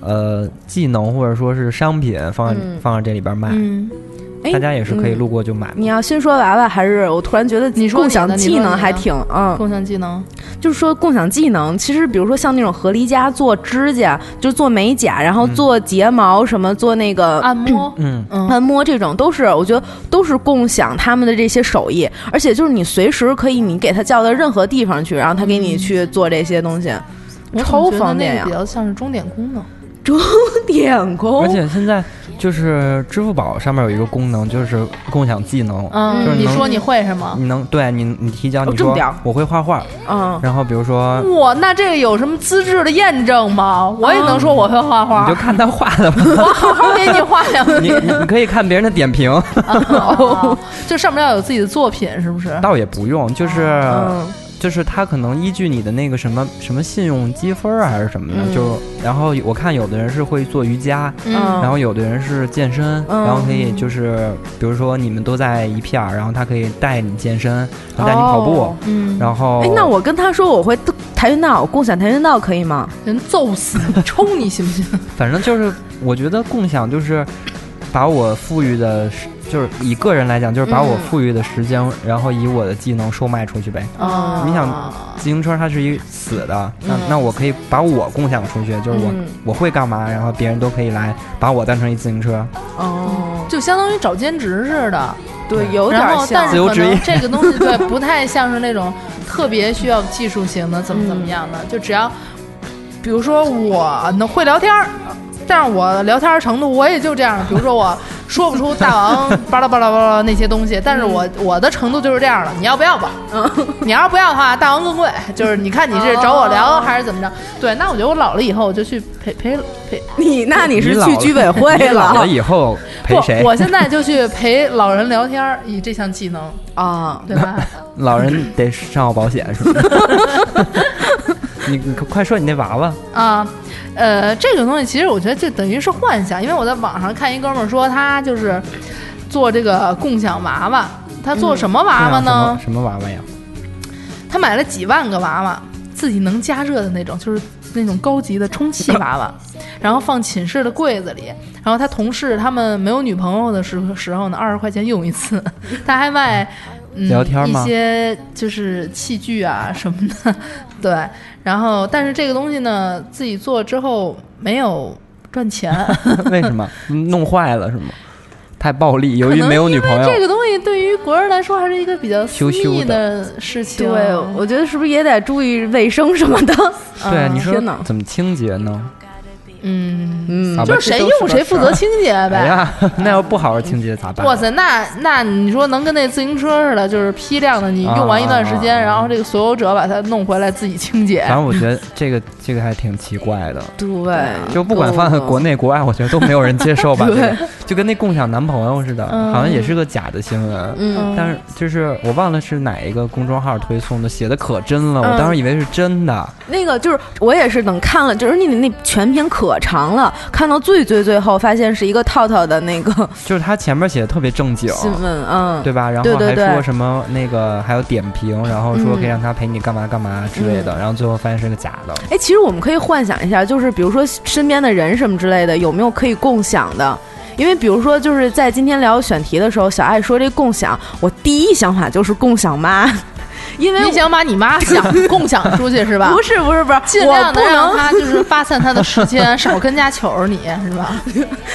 G: 呃技能或者说是商品放在、
B: 嗯
G: 放到这里边卖，
D: 嗯，
B: 哎
G: 大家也是可以
B: 嗯
G: 路过就买。
B: 你要先说娃娃，还是我突然觉得
D: 你说你
B: 共
D: 的
B: 享
D: 你说
B: 技
D: 你
B: 能
D: 的
B: 还挺嗯，
D: 共享技能，
B: 就是说共享技能，其实比如说像那种合离家做指甲，就做美甲，然后做睫毛什么，做那个
D: 按摩，
G: 嗯，
D: 嗯，
B: 按摩这种都是，我觉得都是共享他们的这些手艺，而且就是你随时可以，你给他叫到任何地方去，然后他给你去做这些东西，
D: 我总
B: 超
D: 觉得
B: 方便
D: 那个
B: 呀
D: 比！较像是钟点功能。
B: 点工，
G: 嗯而且现在就是支付宝上面有一个功能，就是共享技能。
B: 就
D: 嗯，
B: 是
D: 你
G: 能
D: 说你会什么？
G: 你能对你你提交
B: 哦
G: 你
B: 这么
G: 说
B: 屌
G: 我会画画，
B: 嗯，
G: 然后比如说
D: 哇，那这个有什么资质的验证吗？我也能说我会画
G: 你
D: 画
G: 就，看他画的吧，
D: 我好好给你画两
G: [LAUGHS] 你
D: [LAUGHS] 句。
G: 你你可以看别人的点评，
D: 哦就上面要有自己的作品，是不是？
G: 倒也不用，就是、呃
B: 嗯
G: 就是他可能依据你的那个什么什么信用积分儿还是什么的，
B: 嗯
G: 就然后我看有的人是会做瑜伽，
B: 嗯
G: 然后有的人是健身，
B: 嗯
G: 然后可以就是比如说你们都在一片儿，然后他可以带你健身，然后带你跑步，
B: 哦
D: 嗯，
G: 然后
B: 哎，那我跟他说我会跆拳道，共享跆拳道可以吗？
D: 人揍死
G: [LAUGHS]
D: 你，抽你信不信？
G: 反正就是我觉得共享就是把我富裕的时，就是以个人来讲，就是把我
B: 嗯
G: 富裕的时间，然后以我的技能售卖出去呗。
D: 啊
G: 你想自行车它是一死的，那
B: 嗯
G: 那我可以把我共享出去，就是我、
B: 嗯
G: 我会干嘛，然后别人都可以来把我当成一自行车。
B: 哦，
D: 就相当于找兼职似的，
B: 对，有点
D: 然后但
B: 像
G: 自
D: 是
G: 由
D: 可
G: 职业
D: 能这个东西对 [LAUGHS] 不太像是那种特别需要技术型的，怎么怎么样
B: 嗯
D: 的，就只要，比如说我能会聊天儿。但是我聊天儿程度我也就这样，比如说我说不出大王巴拉巴拉巴拉那
B: [LAUGHS]
D: 些东西，但是
B: 嗯
D: 我我的程度就是这样了。你要不要吧？你要是不要的话，大王更贵。就是你看你是找我
B: 哦
D: 聊还是怎么着？对，那我觉得我老了以后我就去陪陪陪
B: 你，那你
G: 你
B: 是
G: 老
B: 去
G: 了
B: 居委会
G: 你老
B: 了
G: 了以后陪
D: 不，
G: 谁？
D: 我现在就去陪老人聊天儿，以这项技能，
B: 啊？
D: 对吧？
G: 老人得上好保险是吧？
D: [LAUGHS]
G: 你你快说你那娃娃，
D: 啊，呃，这个东西其实我觉得就等于是幻想，因为我在网上看一哥们儿说他就是做这个共享娃娃，他做什么娃娃
G: 对啊
D: 呢？
G: 什么什么娃娃呀？
D: 他买了几万个娃娃，自己能加热的那种，就是那种高级的充气娃娃，然后放寝室的柜子里。然后他同事他们没有女朋友的时候时候呢，二十块钱用一次。他还卖嗯
G: 哦聊天
D: 一
G: 吗
D: 些就是器具啊什么的，对。然后但是这个东西呢，自己做之后没有
G: [LAUGHS]
D: 赚钱，
G: 为什么弄坏了是吗？太暴力，由
D: 可
G: 于
D: 能
G: 没有女朋
D: 因为这
G: 友，
D: 个东西对于国人来说还是一个比较私
G: 羞羞
D: 密的事情。啊
B: 对，哦我觉得是不是也得注意卫生什么的？
G: 对啊你说
B: 天哪
G: 怎么清洁呢？
D: 嗯，
B: 嗯
G: 啊
D: 就是谁用谁负责清洁呗。
G: 哎呀， [LAUGHS] 那要不好好清洁咋办？啊
D: 哇塞，那那你说能跟那自行车似的，就是批量的，你用完一段时间，
G: 啊啊啊
D: 然后这个所有者把它弄回来自己清洁
G: 反。正我觉得这个这个还挺奇怪的，
B: 对，
G: 就不管放在国内国外，我觉得都没有人接受
B: [LAUGHS]
G: 吧，这个就跟那共享男朋友似的，
D: 嗯
G: 好像也是个假的新闻。
B: 嗯，
G: 但是就是我忘了是哪一个公众号推送的，写的可真了，我
B: 嗯
G: 当时以为是真的。
B: 那个就是我也是等看了，就是那那全篇可长了，看到最最最后发现是一个套套的那个
G: 就是他前面写的特别正经，
B: 新闻，嗯，
G: 对吧？然
B: 对
G: 后
B: 对
G: 还
B: 对
G: 说什么那个还有点评，然后说可以
B: 嗯
G: 让他陪你干嘛干嘛之类的，然后最后发现是个假的。
B: 哎，其实我们可以幻想一下，就是比如说身边的人什么之类的，有没有可以共享的？因为比如说，就是在今天聊选题的时候，小爱说这共享，我第一想法就是共享妈， [LAUGHS] 因为
D: 你想把
G: [LAUGHS]
D: 你妈想共享出去是吧？
B: 不是不是不是，
D: 尽
B: 我
D: 量
B: 不
D: 的让
B: 能，
D: 她就是发散她的时间，少跟家求着你是吧？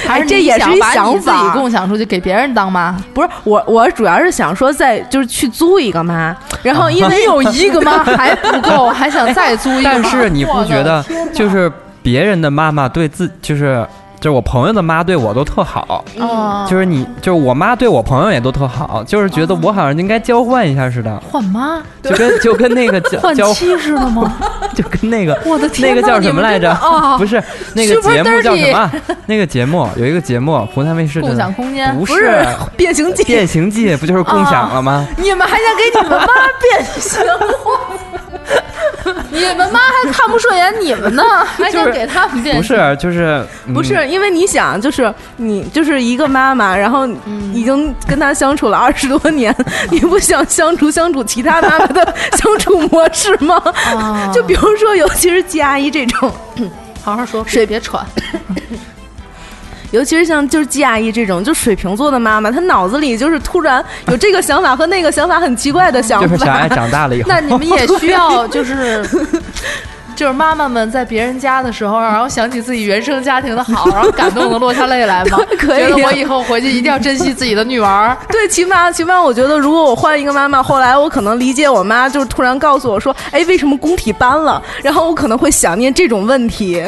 D: 还哎是
B: 这也是
D: 你
B: 一
D: 把你
B: 想
D: 自己
B: 法
D: 共享出去给别人当妈？
B: 不是我我主要是想说在就是去租一个妈，然后因为有一个
D: 妈还不够，还想再租一个？
G: 但是你不
D: [LAUGHS]
G: 觉得就是别人的妈妈对自就是。就是我朋友的妈对我都特好，
D: 啊，
G: 就是你，就是我妈对我朋友也都特好，就是觉得我好像应该交换一下似的，
D: 换妈
G: 就跟就跟那个交
D: 换
G: 交
D: 妻似的吗？
G: [LAUGHS] 就跟那个
D: 我的
G: [LAUGHS] 那
D: 天哪，
G: 个叫什么来着
D: 你们真的啊？？
G: 不是那个
D: Super
G: 节目叫什么？啊那个节目有一个节目，湖南卫视
D: 共
G: 的
D: 享空间
G: 不
B: 不是
D: [LAUGHS]
G: 是
B: 变形
G: 《
B: 记，
G: 变形记》，不就是共享了吗？
D: 你们还想给你们
G: [LAUGHS]
D: 妈变形？你们妈还看不顺眼你们呢， [LAUGHS] 还想给他们变
G: 不
D: 形？
G: 是，就是嗯
B: 不是因为你想，就是你就是一个妈妈，然后已经跟她相处了二十多年， [LAUGHS] 你不想相处相处其他妈妈
G: [LAUGHS]
B: 的相处模式吗？
D: 啊
G: 嗯
B: 就比如说，尤其是季阿姨这种，
D: 好好说，
B: 水
D: 别别喘。
B: 尤其是像就是季阿姨这种，就水瓶座的妈妈，她脑子里就是突然有这个想法和那个想法，很奇怪的想
G: 就是小
B: 法
G: 爱。长大了以后，
D: 那 [LAUGHS] 你们也需要
G: [LAUGHS]
D: 就是。就是妈妈们在别人家的时候，然后想起自己原生家庭
G: [LAUGHS]
D: 的好，然后感动的落下泪来吗？
B: 可以
D: 觉得
B: 啊
D: 我以后回去一定要珍惜自己的女儿。
B: [LAUGHS] 对，起码起码，我觉得如果我换一个妈妈，后来我可能理解我妈，就是突然告诉我说，哎，为什么工体搬了？然后我可能会想念这种问题。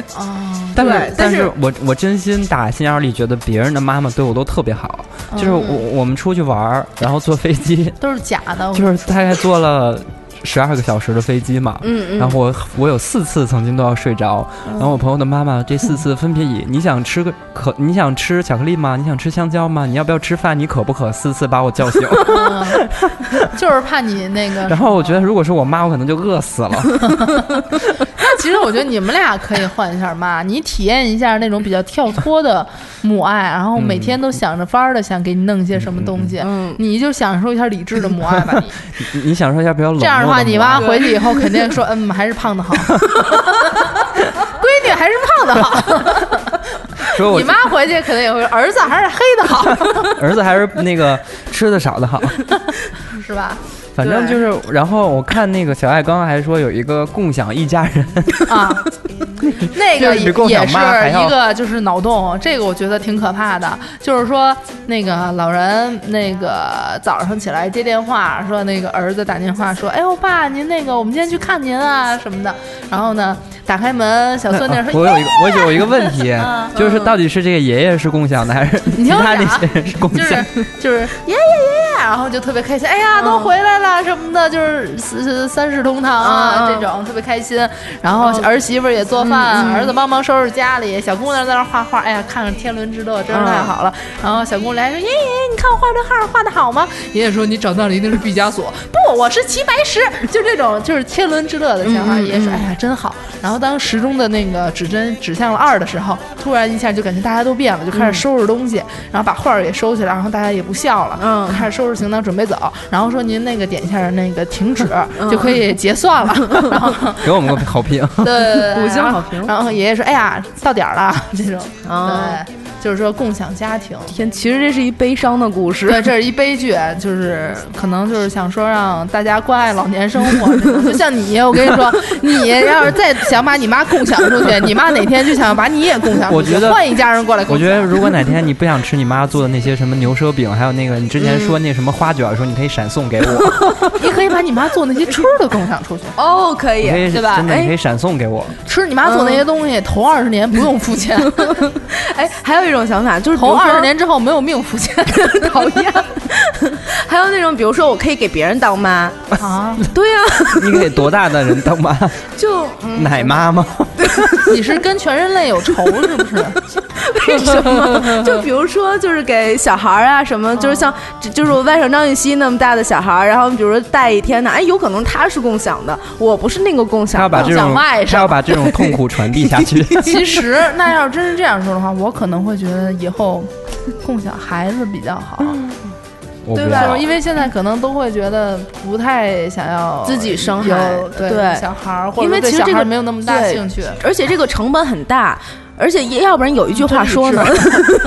G: 但
B: 对
G: 是，
B: 但
G: 但
B: 是
G: 是我我真心打心眼儿里觉得别人的妈妈对我都特别好，就是
D: 嗯
G: 我我们出去玩儿，然后坐飞机，
D: 都是假的，
G: 就是大概坐了十二个小时的飞机嘛，
B: 嗯
G: 然
B: 嗯，
G: 后我我有四次曾经都要睡着，
D: 嗯
G: 然后我朋友的妈妈这四次分别以你想吃个可你想吃巧克力吗？你想吃香蕉吗？你要不要吃饭？你渴不渴？四次把我
D: [LAUGHS]
G: 叫醒，
D: 嗯
G: [LAUGHS]
D: 就是怕你那个。
G: 然后我觉得如果是我妈，我可能就饿死
D: [LAUGHS]
G: 了。
D: 那其实我觉得你们俩可以换一
G: [LAUGHS]
D: 下妈，你体验一下那种比较跳脱的母爱，然后每天都想着法儿的想给你弄一些什么东西，
B: 嗯
D: 你就享受一下理智的母爱吧。你
G: 你你想说一下比较冷漠
D: 这样
G: 的
D: 的话，你
G: 妈
D: 妈回去以后肯定说，嗯，还是胖
G: [LAUGHS]
D: 的好，闺女还是胖的好。
G: 说我
D: 你妈回去可能也会说，儿子还是黑的好，
G: [LAUGHS] 儿子还是那个吃的少的好。
D: 是吧？
G: 反正就是，然后我看那个小爱刚刚还说有一个共享一家人，
D: 啊，那
G: 这是
D: 个
G: 比
D: 也
G: 共
D: 也
G: 享
D: 是
G: 妈还要
D: 一个就是脑洞，这个我觉得挺可怕的。就是说，那个老人那个早上起来接电话，说那个儿子打电话说：“哎呦爸，您那个我们今天去看您啊什么的。”然后呢，打开门，小孙女
G: 啊
D: 说：“嗯
G: 我有一个，我有一个问
D: [LAUGHS]
G: 题，就是到底是这个爷爷是共享的，还是其
D: 你听我
G: 他
D: 讲啊
G: 那些人是共
D: 就
G: 享
D: 是？就是爷爷爷爷，然后就特别开心，哎呀，都回来了什么的，就是三三世同堂
B: 嗯嗯
D: 啊这种特别开心。然后儿媳妇儿也做饭，儿子帮忙收拾家里，小姑娘在那儿画画，哎呀，看着天伦之乐，真是太好了。然后小姑娘还说：“爷爷，你看我画这画画的好吗？”爷爷说：“你长大了一定是毕加索，不，我是齐白石。”就这种就是天伦之乐的想法。爷爷说：“哎呀，真好。”然后当时钟的那个指针指向了二的时候，突然一下就感觉大家都变了，就开始收拾东西，然后把画儿也收起来，然后大家也不笑了，
B: 嗯
D: 开始收拾行囊准备走，然后说您那个点一下那个停止、就可以结算了，然后 [LAUGHS]
G: 给我们个好评。
D: 对对对 [LAUGHS] 对，
B: 五星
D: 然
B: 好
D: 后
B: 评
D: 然后爷爷说：“哎呀，到点儿了。”这种，
B: 啊
D: 对，就是说共享家庭。
B: 天，其实这是一悲伤的故事。
D: 对，这是一悲剧，就是可能就是想说让大家关爱老年生活这种，就像你，我跟你说，你要是再想把你妈共享出去，你妈哪天就想把你也共享出去，
G: 我觉得
D: 换一家人过来
G: [LAUGHS]
D: 共
G: 我
D: 享。
G: 觉得如果哪天你不想吃你妈做的那些什么牛舌饼，还有那个你之
D: 嗯
G: 前说那什么花卷的时候，你可以闪送给
D: [LAUGHS]
G: 我，
D: 你可以把你妈做那些吃的共享出去，
B: 哦，可以
G: 你可以
B: 对吧？
G: 真的你可
B: 哎
G: 以闪送给我。
D: 吃你妈做那些东西，头二十年不用付
G: [LAUGHS]
D: 钱，
B: 哎，还有一种想法就是，
D: 头二十年之后没有命付钱，讨厌
B: 还有那种，比如说我可以给别人当妈，
D: [LAUGHS] 啊！
B: 对呀、
G: 你给多大的人当妈？
B: [LAUGHS] 就嗯
D: 嗯
G: 奶妈吗？
D: 你是跟全人类有仇是不是？
B: 为什么？ [LAUGHS] 就比如说，就是给小孩儿啊什么，就
G: 哦
B: 是像就就是我外甥张雨绮那么大的小孩儿，然后比如说带一天呢，哎，有可能他是共享的，我不是那个共
G: 他
B: 享
G: 要把
B: 的。
G: 这
D: 想
G: 种
D: 外
G: 他要把这种痛苦传递下
D: [LAUGHS]
G: 去。
D: 其实，那要是真是这样说的话，我可能会觉得以后共享孩子比较好，
G: 我不
D: 对
G: 知道
D: 吧？因为现在可能都会觉得不太想要
B: 自己生孩
D: 有对
B: 对
D: 小孩儿，或者
B: 因为
D: 说对
B: 其实
D: 小
B: 这
D: 孩
B: 个
D: 儿没有那么大
B: 对
D: 兴趣。
B: 而且这个成本很大，而且也要不然有一
G: 哦
B: 句话说呢，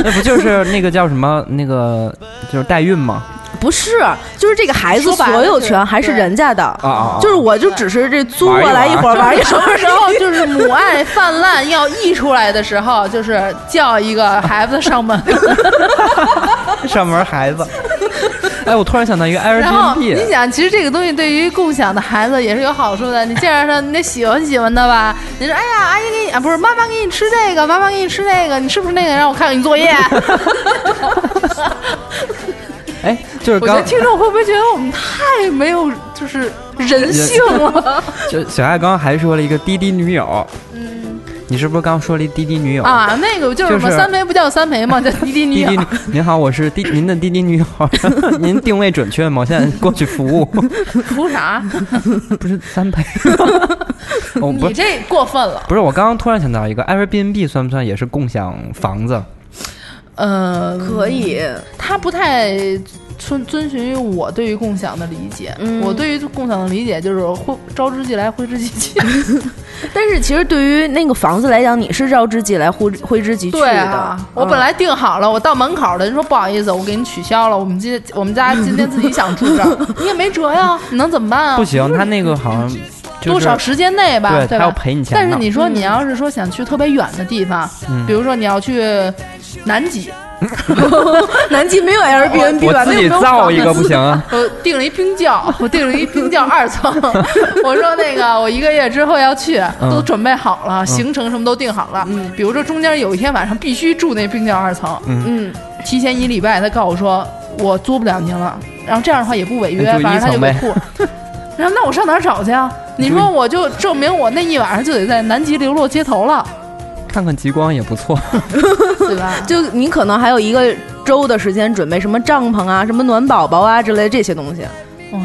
G: 那不就是那个叫什么那个就是代孕吗？
B: [LAUGHS] 不是，就是这个孩子
D: 说白了
B: 所有
D: 是
B: 权还是
D: 对
B: 人家的，
G: 啊啊！啊
B: 就是我就只是这租过
G: 玩一
B: 来一
G: 玩
B: 会儿玩一会儿，
D: 然后 [LAUGHS] 就是母爱泛滥要溢出来的时候，就是叫一个孩子上 [LAUGHS] 门，
G: 上门孩
D: [LAUGHS]
G: 子。哎，我突然想到一个
D: 然后你
G: Airbnb，
D: 想，其实这个东西对于共享的孩子也是有好处的。你介绍他，你得喜欢喜欢他吧。你说，哎呀，阿姨给你啊，不是妈妈给你吃这个，妈妈给你吃那个，你是不是那个？让我看看你作 [LAUGHS] 业。
G: [LAUGHS] 哎，就是
D: 我觉得
G: 刚
D: 听众会不会觉得我们太没有就是人性 [LAUGHS] 了
G: 就小爱刚刚还说了一个滴滴女友，嗯，你是不是刚说了一滴滴女友？
D: 啊？那个就是什么
G: 就是
D: 三陪不叫三陪
G: [LAUGHS]
D: 嘛，叫滴滴啊女
G: 滴滴
D: 友
G: 女。，您好，我是滴您的滴滴女友， [LAUGHS] 您定位准确吗？我现在过去服
D: [LAUGHS]
G: 务，
D: 图啥？
G: 不是三 [LAUGHS] 陪，哦，不
D: 你
G: 是
D: 这过分了。
G: 不是，我刚刚突然想到一个 Airbnb 算不算也是共享房子？
D: 呃，
B: [LAUGHS] 可以，
D: 他不太遵遵循于我对于共享的理解。
B: 嗯
D: 我对于共享的理解就是挥招之即来，挥之即去。
B: 但是其实对于那个房子来讲，你是绕之即来，挥挥之即去的。
D: 对啊，我
B: 嗯
D: 本来订好了，我到门口了，人说不好意思，我给你取消了。我们今我们家今天自己想住
B: [LAUGHS]
D: 这儿，你也没辙呀，你能怎么办啊？
G: 不行，他那个好像就是
D: 多少时间内吧，
G: 对
D: 对
G: 他要
D: 吧？
G: 赔你钱
D: 但
G: 呢
D: 是你说你要是说想去特别远的地方，
G: 嗯
D: 比如说你要去南极，
B: 南极没有 Airbnb 吧？
G: 我自己造一个不行
D: [LAUGHS]
G: 啊？
D: 我订了一冰窖， [LAUGHS] 我订了一冰窖二层。 [LAUGHS] 我说那个我一个月之后要去，
G: 嗯
D: 都准备好了，行程什么都定好了。比如说中间有一天晚上必须住那冰窖二层，
B: 嗯，
D: 提前一礼拜，他告诉我说我租不了您了，然后这样的话也不违约，
G: 那哎就一
D: 反正他就
G: 层
D: 给
G: 呗
D: 吐。 [LAUGHS] 然后那我上哪儿找去啊？你说我就证明我那一晚上就得在南极流落街头了，
G: 看看极光也不错。
D: 对
G: [LAUGHS]
D: 吧？
B: 就你可能还有一个周的时间准备什么帐篷啊、什么暖宝宝啊之类这些东西。
D: 哇，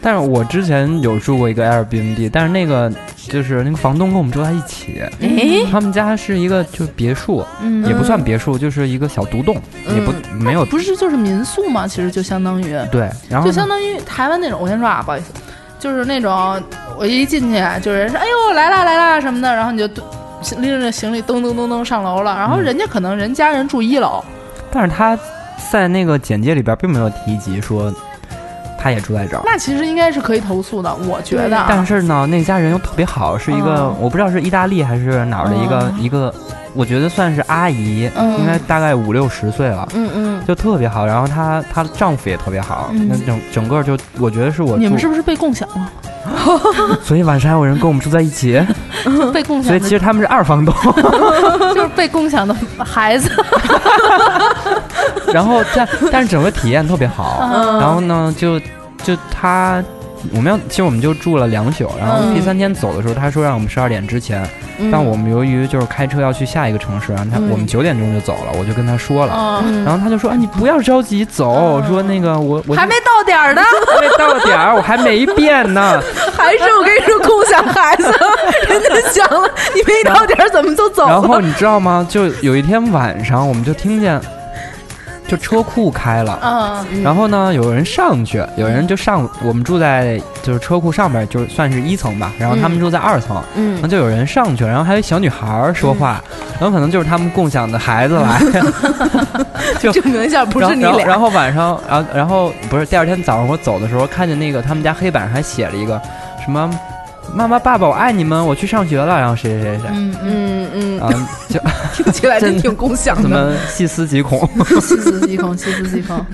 G: 但是我之前有住过一个 Airbnb，但是那个就是那个房东跟我们住在一起，
B: 哎，
G: 他们家是一个就别墅，
D: 嗯，
G: 也不算别墅，就是一个小独栋，也不没有
D: 不是就是民宿嘛，其实就相当于，
G: 对，然后
D: 就相当于台湾那种。我先说啊，不好意思，就是那种我一进去，就是人说哎呦来啦来啦什么的，然后你就蹲拎着行李噔噔噔噔上楼了，然后
G: 嗯
D: 人家可能人家人住一楼，
G: 但是他在那个简介里边并没有提及说他也住在这儿。
D: 那其实应该是可以投诉的，我觉得啊。
G: 但是呢，那家人又特别好，是一个、
D: 嗯
G: 我不知道是意大利还是哪儿的一个、一个，我觉得算是阿姨，
D: 嗯
G: 应该大概五六十岁了，
B: 嗯嗯，
G: 就特别好。然后她她丈夫也特别好，
D: 嗯
G: 那整整个就我觉得是我
D: 你们
G: 住
D: 是不是被共享
G: [LAUGHS]
D: 了？
G: 所以晚上还有人跟我们住在一
D: [LAUGHS]
G: 起，
D: 被共
G: 所
D: 享
G: 以其实
D: 的，
G: 他们是二房东。
D: [LAUGHS] 就是被共享的
G: [LAUGHS]
D: 孩子。
G: 然后但但是整个体验特别
D: 嗯
G: 好，然后呢就就他。我们要，其实我们就住了两宿，然后第三天走的时候，他说让我们十二点之前，但我们由于就是开车要去下一个城市，然后他、
B: 嗯
G: 我们九点钟就走了，我就跟他说了，
D: 嗯，
G: 然后他就说啊你不要着急走，说那个我我
D: 还没到点儿呢，
G: 还没到点儿，我还没变呢，
B: 还是我跟你说共享孩
D: [LAUGHS]
B: 子，人家想了，你没到点儿怎么就走
G: 然
B: 了？
G: 后你知道吗？就有一天晚上，我们就听见，就车库开了。
D: 嗯，
G: 然后呢，有人上去，有人就上。我们住在就是车库上面，就算是一层吧。然后
D: 嗯
G: 他们住在二层，然
B: 嗯
G: 后就有人上去，然后还有一小女孩儿说话，
D: 嗯
G: 然后可能就是他们共享的孩子
D: [LAUGHS]
G: 来。
B: 证明一下不
G: 然
B: 是
G: 后然后
B: 你俩。
G: 然后晚上，然后然后不是第二天早上我走的时候，看见那个他们家黑板上还写了一个什么“妈妈爸爸我爱你们，我去上学了”，然后谁谁谁谁，
D: 嗯嗯，
B: 嗯嗯，
D: [LAUGHS]
G: 啊，就
B: 听 [LAUGHS] 起来真挺共享
G: 怎
B: 的。
G: 么细思极恐。 [LAUGHS]
D: 细思极恐，细思极恐。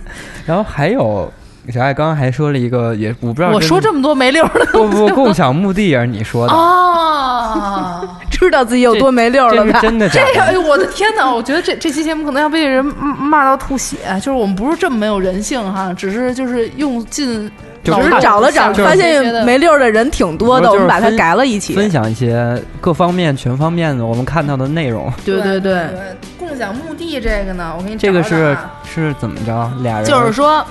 G: 然后还有小爱刚刚还说了一个，也我不知道
D: 我
G: 真
D: 说这么多哦没溜儿的
G: 不不共享墓地也是你说的，
D: [LAUGHS] 啊！
B: 知道自己有多没溜儿
G: 这
B: 了
G: 是
B: 吧？
G: 真的
B: [LAUGHS]
G: 假
D: 这
G: 的？
D: 个，哎呦，我的天哪！我觉得这这期节目可能要被人骂到吐血。就是我们不是这么没有人性哈，只是就是用尽
G: 就
D: 脑
G: 是
D: 洞
B: 找了找，
D: 想出
B: 发
D: 一些的
B: 现没溜儿的人挺多的，
G: 我
B: 我
G: 就是
B: 们把它
G: 分
B: 改了一起。
G: 分享一些各方面、全方面的我们看到的内容。
B: 对对对，
D: 共享墓地这个呢，我给你
G: 这个
D: 找找
G: 是
D: 啊
G: 是怎么着？俩人
D: 就是说，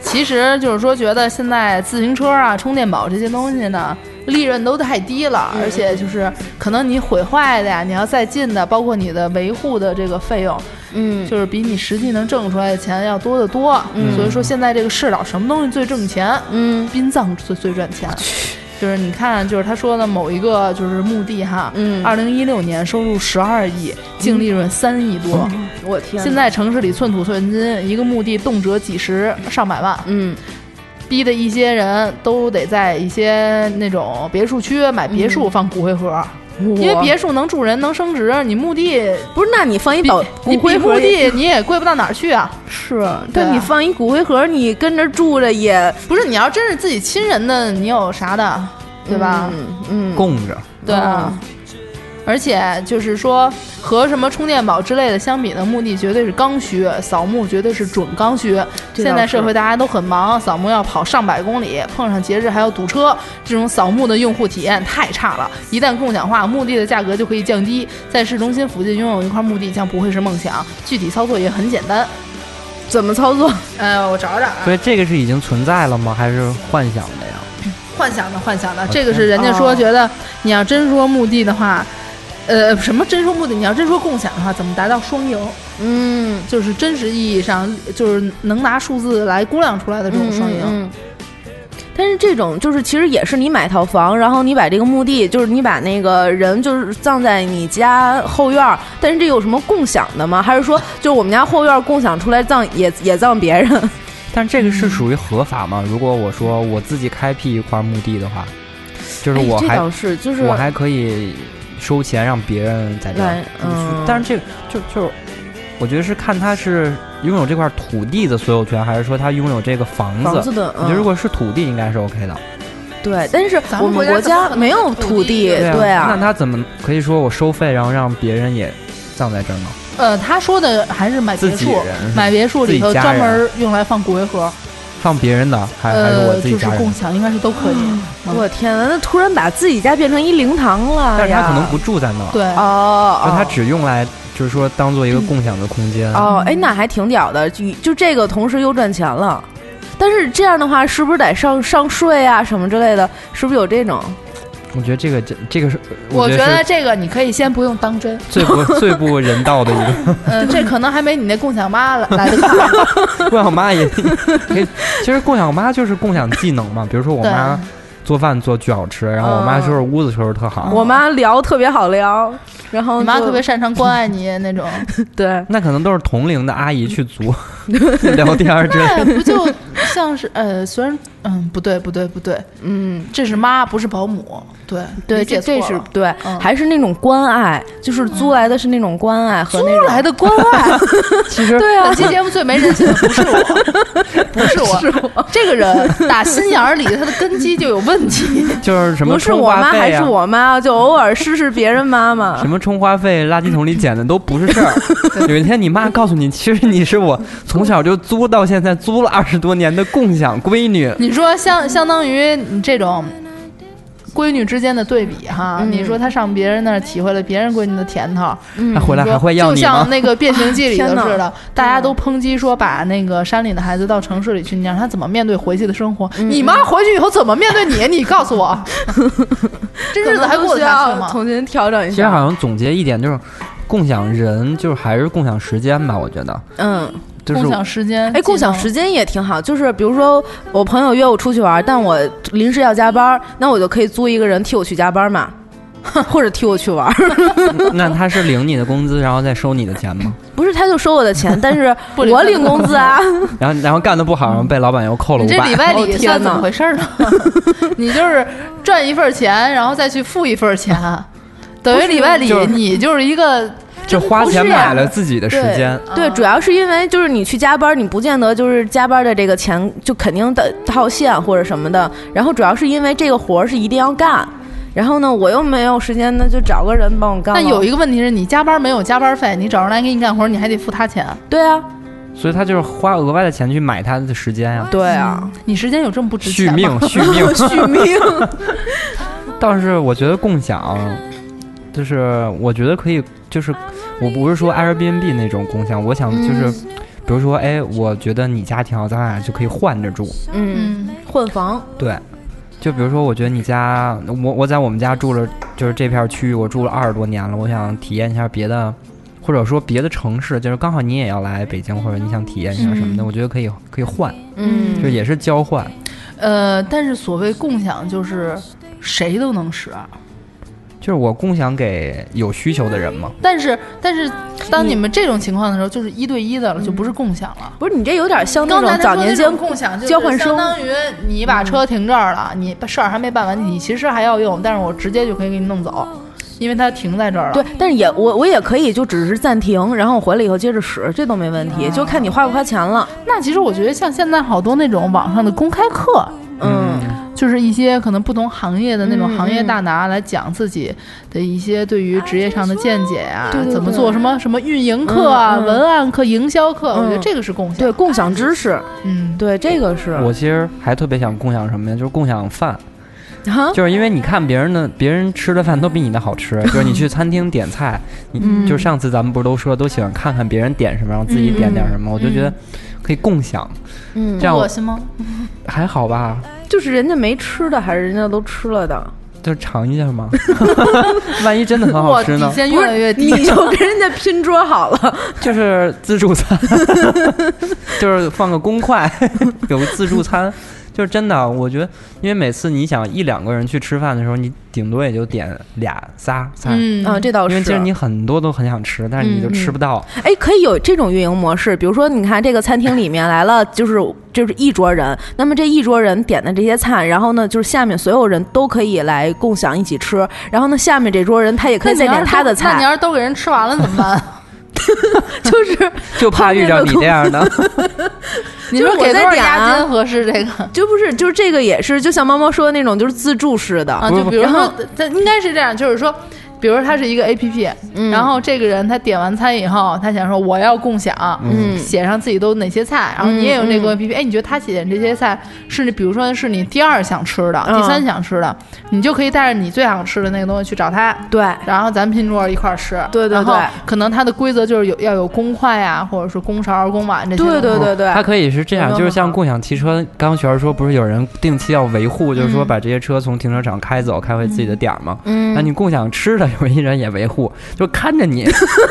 D: 其实就是说，觉得现在自行车啊、充电宝这些东西呢，利润都太低了，
G: 嗯
D: 而且就是可能你毁坏的呀，你要再进的，包括你的维护的这个费用，
B: 嗯
D: 就是比你实际能挣出来的钱要多得多。所以说，现在这个世道，什么东西最挣钱？
B: 嗯
D: 殡葬最最赚钱。就是你看，就是他说的某一个就是墓地哈，
B: 嗯
D: 二零一六年收入十二亿，净利润三亿多。
B: 嗯我天
D: 现在城市里寸土寸金，一个墓地动辄几十上百万，
B: 嗯
D: 逼的一些人都得在一些那种别墅区买别
B: 嗯
D: 墅放骨灰盒，因为别墅能住人能升值，你墓地
B: 不是，那你放一
D: 比
B: 宝
D: 你
B: 骨
D: 比
B: 灰
D: 墓
B: 盒也
D: 地你也贵不到哪儿去啊。
B: 是，
D: 对啊
B: 但你放一骨灰盒，你跟着住着也
D: 不是，你要真是自己亲人的，你有啥的，对吧？？
B: 嗯，嗯
G: 供着，
D: 对啊。而且就是说，和什么充电宝之类的相比呢，墓地绝对是刚需，扫墓绝对是准刚需。
B: 这倒是
D: 现在社会大家都很忙，扫墓要跑上百公里，碰上节日还要堵车，这种扫墓的用户体验太差了。一旦共享化，墓地的价格就可以降低，在市中心附近拥有一块墓地将不会是梦想。具体操作也很简单，
B: 怎么操作？
D: 呃，我找找啊，
G: 所以这个是已经存在了吗？还是幻想的呀？哦
D: 幻想的幻想的，这个是人家说觉得你要真说墓地的话，呃，什么真说目的？你要真说共享的话，怎么达到双赢？
B: 嗯，
D: 就是真实意义上，就是能拿数字来估量出来的这种双赢。
B: 嗯。嗯但是这种就是其实也是你买套房，然后你把这个墓地，就是你把那个人就是葬在你家后院儿，但是这有什么共享的吗？还是说就我们家后院儿共享出来葬也也葬别人？
G: 但这个是属于合法吗？如果我说我自己开辟一块墓地的话，就是我
B: 哎、这
G: 还、
B: 倒是就是
G: 我还可以收钱让别人在这儿
B: 来，嗯，
G: 但是这个就就，我觉得是看他是拥有这块土地的所有权，还是说他拥有这个房子。
B: 房子的，
G: 我觉得如
B: 嗯，
G: 果是土地，应该是 OK 的。
B: 对，但是
D: 咱们
B: 我们
D: 国
B: 国
D: 家
B: 家
D: 怎么可能
B: 没有
D: 是土
B: 土
D: 地
B: 地，对
G: 啊，那
B: 啊，
G: 他怎么可以说我收费，然后让别人也葬在这儿呢？
D: 呃，他说的还是买别
G: 自己
D: 墅，
G: 人
D: 买别墅里头
G: 自己家
D: 专
G: 人
D: 门用来放骨灰盒，
G: 放别人的，还、还是我
D: 呃，
G: 自
D: 就
G: 己
D: 是
G: 家人
D: 共
G: 的？
D: 享，应该是都可以。嗯
B: 我天啊呐，那突然把自己家变成一灵堂了
G: 但是他
B: 呀
G: 可能不住在那儿，
D: 对，啊
B: 哦哦，
G: 就他只用来就是说当做一个共享的空间。
D: 嗯
B: 哦，哎，那还挺屌的，就就这个同时又赚钱了。但是这样的话，是不是得上上税啊什么之类的？是不是有这种？
G: 我觉得这个这这个是，
D: 我觉
G: 觉
D: 得
G: 是
D: 这个你可以先不用当真，
G: 最不 [LAUGHS] 最不人道的一个。
D: 呃，这可能还没你那共享妈来来的大。 [LAUGHS]
G: 共享妈也， [LAUGHS] 也其实共享妈就是共享技能
D: [LAUGHS]
G: 嘛。比如说 [LAUGHS] 我
D: 对，
G: 妈做饭做巨好吃，然后我妈收拾屋子收拾特好。
B: 我
D: 嗯
B: 妈聊特别好聊，然后
D: 你妈
B: 就
D: 特别擅长关爱你那种，
B: 对，
G: 那可能都是同龄的阿姨去
D: [LAUGHS]
G: 组聊天儿之类的。
D: 那不就像是呃，虽然嗯，不对不对不对，
B: 嗯，
D: 这是妈，不是保姆，对
B: 对，
D: 理解
B: 这这
D: 错
B: 是
D: 了
B: 对，
D: 嗯
B: 还是那种关爱，就是租来的是那种关爱和那
D: 租
B: 种
D: 来的关爱。
B: [LAUGHS]
G: 其实
B: 对啊
D: 本，期节目最没人性的不是我，不是我， [LAUGHS] 这个人打心眼儿里他的根基就有问题。
G: 就是什么
B: 不是
G: 充
B: 我
G: 话
B: 妈还
G: 费
B: 是
G: 啊，
B: 我妈，就偶尔试试别人妈妈
G: 什。么充话费、垃圾桶里捡的都不是事儿。有一天你妈告诉你，其实你是我从小就租到现在租了二十多年的共享闺女。
D: 你说相相当于你这种。闺女之间的对比哈，
B: 嗯
D: 你说她上别人那儿体会了别人闺女的甜头，
G: 她回来还会要
D: 就
G: 你
D: 像
G: 吗？
D: 那个《变形记》里头
B: [LAUGHS] 天哪嗯
D: 似的，大家都抨击说把那个山里的孩子到城市里去，你让他怎么面对回去的生活？
B: 嗯
D: 你妈回去以后怎么面对你？你告诉
B: [LAUGHS]
D: 我，这日子还过
B: 需
D: 得下去
B: 要
D: 吗？
B: 重新调整一
G: 其实
B: 下。
G: 好像总结一点就是，共享人就是还是共享时间吧，我觉得
B: 嗯，
G: 就是
D: 共享时间，
B: 哎，共享时间也挺好，就是比如说我朋友约我出去玩，但我临时要加班，那我就可以租一个人替我去加班嘛， [LAUGHS] 或者替我去玩。
G: 那他是领你的工资，然后再收你的钱吗？
B: [LAUGHS] 不是，他就收我的钱，但是
D: 不领
B: 我领工资啊。
G: 然后然后干的不好，然后被老板又扣了
D: 你
G: 五
D: 这里
G: 百。
D: 外
B: 哦
D: 里
B: 天
D: 算怎么
B: 哪
D: 回事儿呢？ [LAUGHS] 你就是赚一份钱，然后再去付一份钱，等于里外里
G: 就是
D: 你就是一个
G: 就花钱
D: 啊
G: 买了自己的时间，
B: 对，主要是因为就是你去加班，你不见得就是加班的这个钱就肯定的套现啊或者什么的。然后主要是因为这个活儿是一定要干，然后呢我又没有时间，那就找个人帮我干了。
D: 但哎有一个问题是你加班没有加班费，你找人来给你干活，你还得付他钱。
B: 对啊，
G: 所以他就是花额外的钱去买他的时间呀、
B: 对
D: [LAUGHS]
B: 啊，
D: 你时间有这么不值
G: 续
D: 钱吗？
G: 命，续
D: [LAUGHS]
G: 命。
B: 续命。
G: 倒是我觉得共享，就是我觉得可以，就是我不是说 Airbnb 那种共享，我想就是，
B: 嗯
G: 比如说，哎，我觉得你家挺好，咱俩就可以换着住。
B: 嗯，
D: 嗯，
B: 混房。
G: 对，就比如说，我觉得你家，我我在我们家住了，就是这片区域，我住了二十多年了，我想体验一下别的，或者说别的城市，就是刚好你也要来北京，或者你想体验一下什么的，
D: 嗯
G: 我觉得可以可以换，
B: 嗯
G: 就也是交换。
D: 呃，但是所谓共享就是谁都能使，啊
G: 就是我共享给有需求的人嘛，
D: 但是但是当你们这种情况的时候，就是一对一的了，就不是共享了。
B: 不是你这有点像那
D: 刚
B: 种
D: 才他
B: 早
D: 说
B: 年
D: 那
B: 间
D: 种共享就是
B: 交换生
D: 相当于你把车停这儿了，你把事儿还没办完，你其实还要用，但是我直接就可以给你弄走，因为它停在这儿了。
B: 对，，但是也我我也可以就只是暂停，然后我回来以后接着使，这都没问题，就看你花不花钱了。
D: 那其实我觉得像现在好多那种网上的公开课，
B: 嗯，
D: 就是一些可能不同行业的那种
B: 嗯
D: 行业大拿来讲自己的一些对于职业上的见解呀、
B: 对对
D: 怎么
B: 对
D: 做什么什么运营课啊、
B: 嗯嗯
D: 文案课、营销课，我觉得
B: 嗯
D: 这个是共享。
B: 对，共享知识，
D: 嗯，
B: 对这个是
G: 我其实还特别想共享什么呀？就是共享饭，
B: 啊，
G: 就是因为你看别人的，别人吃的饭都比你的好
B: [LAUGHS]
G: 吃。就是你去餐厅点菜，
B: 嗯
G: 你就上次咱们不是都说都喜欢看看别人点什么，然后自己点点什么，我就觉得可以共享，
B: 嗯
G: 这，样
D: 恶
G: 我
D: 心吗？
G: 还好吧？
D: [LAUGHS]
B: 就是人家没吃的还是人家都吃了的，
G: 就尝一下
B: [LAUGHS]
G: 嘛， [LAUGHS] 万一真的很好
D: 哇，
G: 吃
D: 底
G: 呢？
D: 线
B: 不
D: 越
B: 是
D: 来越低
B: 你。
D: [LAUGHS]
B: 就跟人家拼桌好了。
G: 就是自助餐，就是放个公筷， [LAUGHS] 有个自助餐，就是真的。我觉得，因为每次你想一两个人去吃饭的时候，你顶多也就点俩仨菜，
D: 嗯
B: 嗯，这倒
G: 因
B: 是。
G: 为其实你很多都很想吃，但是你就吃不到。
B: 哎，可以有这种运营模式，比如说，你看这个餐厅里面来了，就是就是一桌人，那么这一桌人点的这些菜，然后呢，就是下面所有人都可以来共享一起吃，然后呢，下面这桌人他也可
D: 那
B: 以
D: 你
B: 再
D: 要
B: 点
D: 是
B: 他的
D: 都那你
B: 菜，
D: 要是都给人吃完了怎么办？
B: [LAUGHS] 就是
G: 就怕遇着你这样的。
D: 你
B: 就是
D: 说
B: 我
D: 给多
B: 在
D: 少
B: 点
D: 押
B: 啊
D: 金合适这个？
B: 就不是就是这个也是，就像猫猫说的那种，就是自助式的，
D: 啊，
G: 不
D: 就是比如
B: 然
D: 说
B: 后，
D: 它应该是这样，就是说，比如说它是一个 A P P，、然
B: 嗯
D: 后这个人他点完餐以后，他想说我要共享，
B: 嗯
D: 写上自己都哪些菜，然后你也有这个 A P P，、哎，你觉得他写的这些菜是，比如说是你第二想吃的，
B: 嗯
D: 第三想吃的，你就可以带着你最想吃的那个东西去找他。
B: 对。
D: 然后咱们拼桌一块儿吃，
B: 对对
D: 然后
B: 对
D: 可能它的规则就是有要有公筷啊，或者是公勺、公碗这些东
B: 对
D: 西。
B: 对对对，
G: 哦它可以是这样，就是像共享汽车，刚刚雪儿说，不是有人定期要维护，就是说把这些车从停车场开走，开回自己的点儿吗？嗯，那你共享吃的，有一人也维护，就看着你，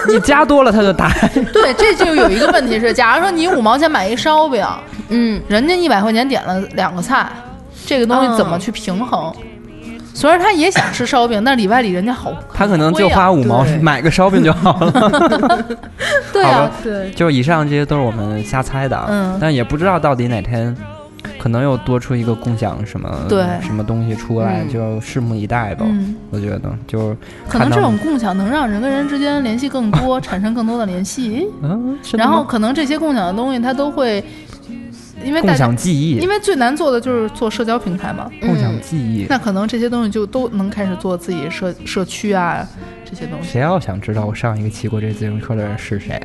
G: 你加多了他就打。
D: 对，这就有一个问题是，假如说你五毛钱买一烧饼，
B: 嗯，
D: 人家一百块钱点了两个菜，这个东西
G: 嗯
D: 怎么去平衡？虽然他也想吃烧饼，但里外里人家好，
G: 他可能就
D: 很贵啊
G: 花五毛 [LAUGHS] 买个烧饼就好了。 [LAUGHS]
D: 对
G: 好
D: 啊
G: 吧，
D: 对，
G: 就是以上这些都是我们瞎猜的，啊
D: 嗯
G: 但也不知道到底哪天。可能又多出一个共享什么
D: 对
G: 什么东西出来，
D: 嗯
G: 就拭目以待吧。
D: 嗯，
G: 我觉得就是
D: 可能这种共享能让人跟人之间联系更
G: [LAUGHS]
D: 多，产生更多的联系，
G: 嗯，真的
D: 然后
G: 吗
D: 可能这些共享的东西它都会，因为大
G: 共
D: 家
G: 享嗯记忆
D: 因，为最难做的就是做社交平台嘛，
G: 共享记忆，
D: 那可能这些东西就都能开始做自己社社区啊这些
G: [LAUGHS]
D: 东西。
G: 谁要想知道我上一个骑过这自行车的人是谁？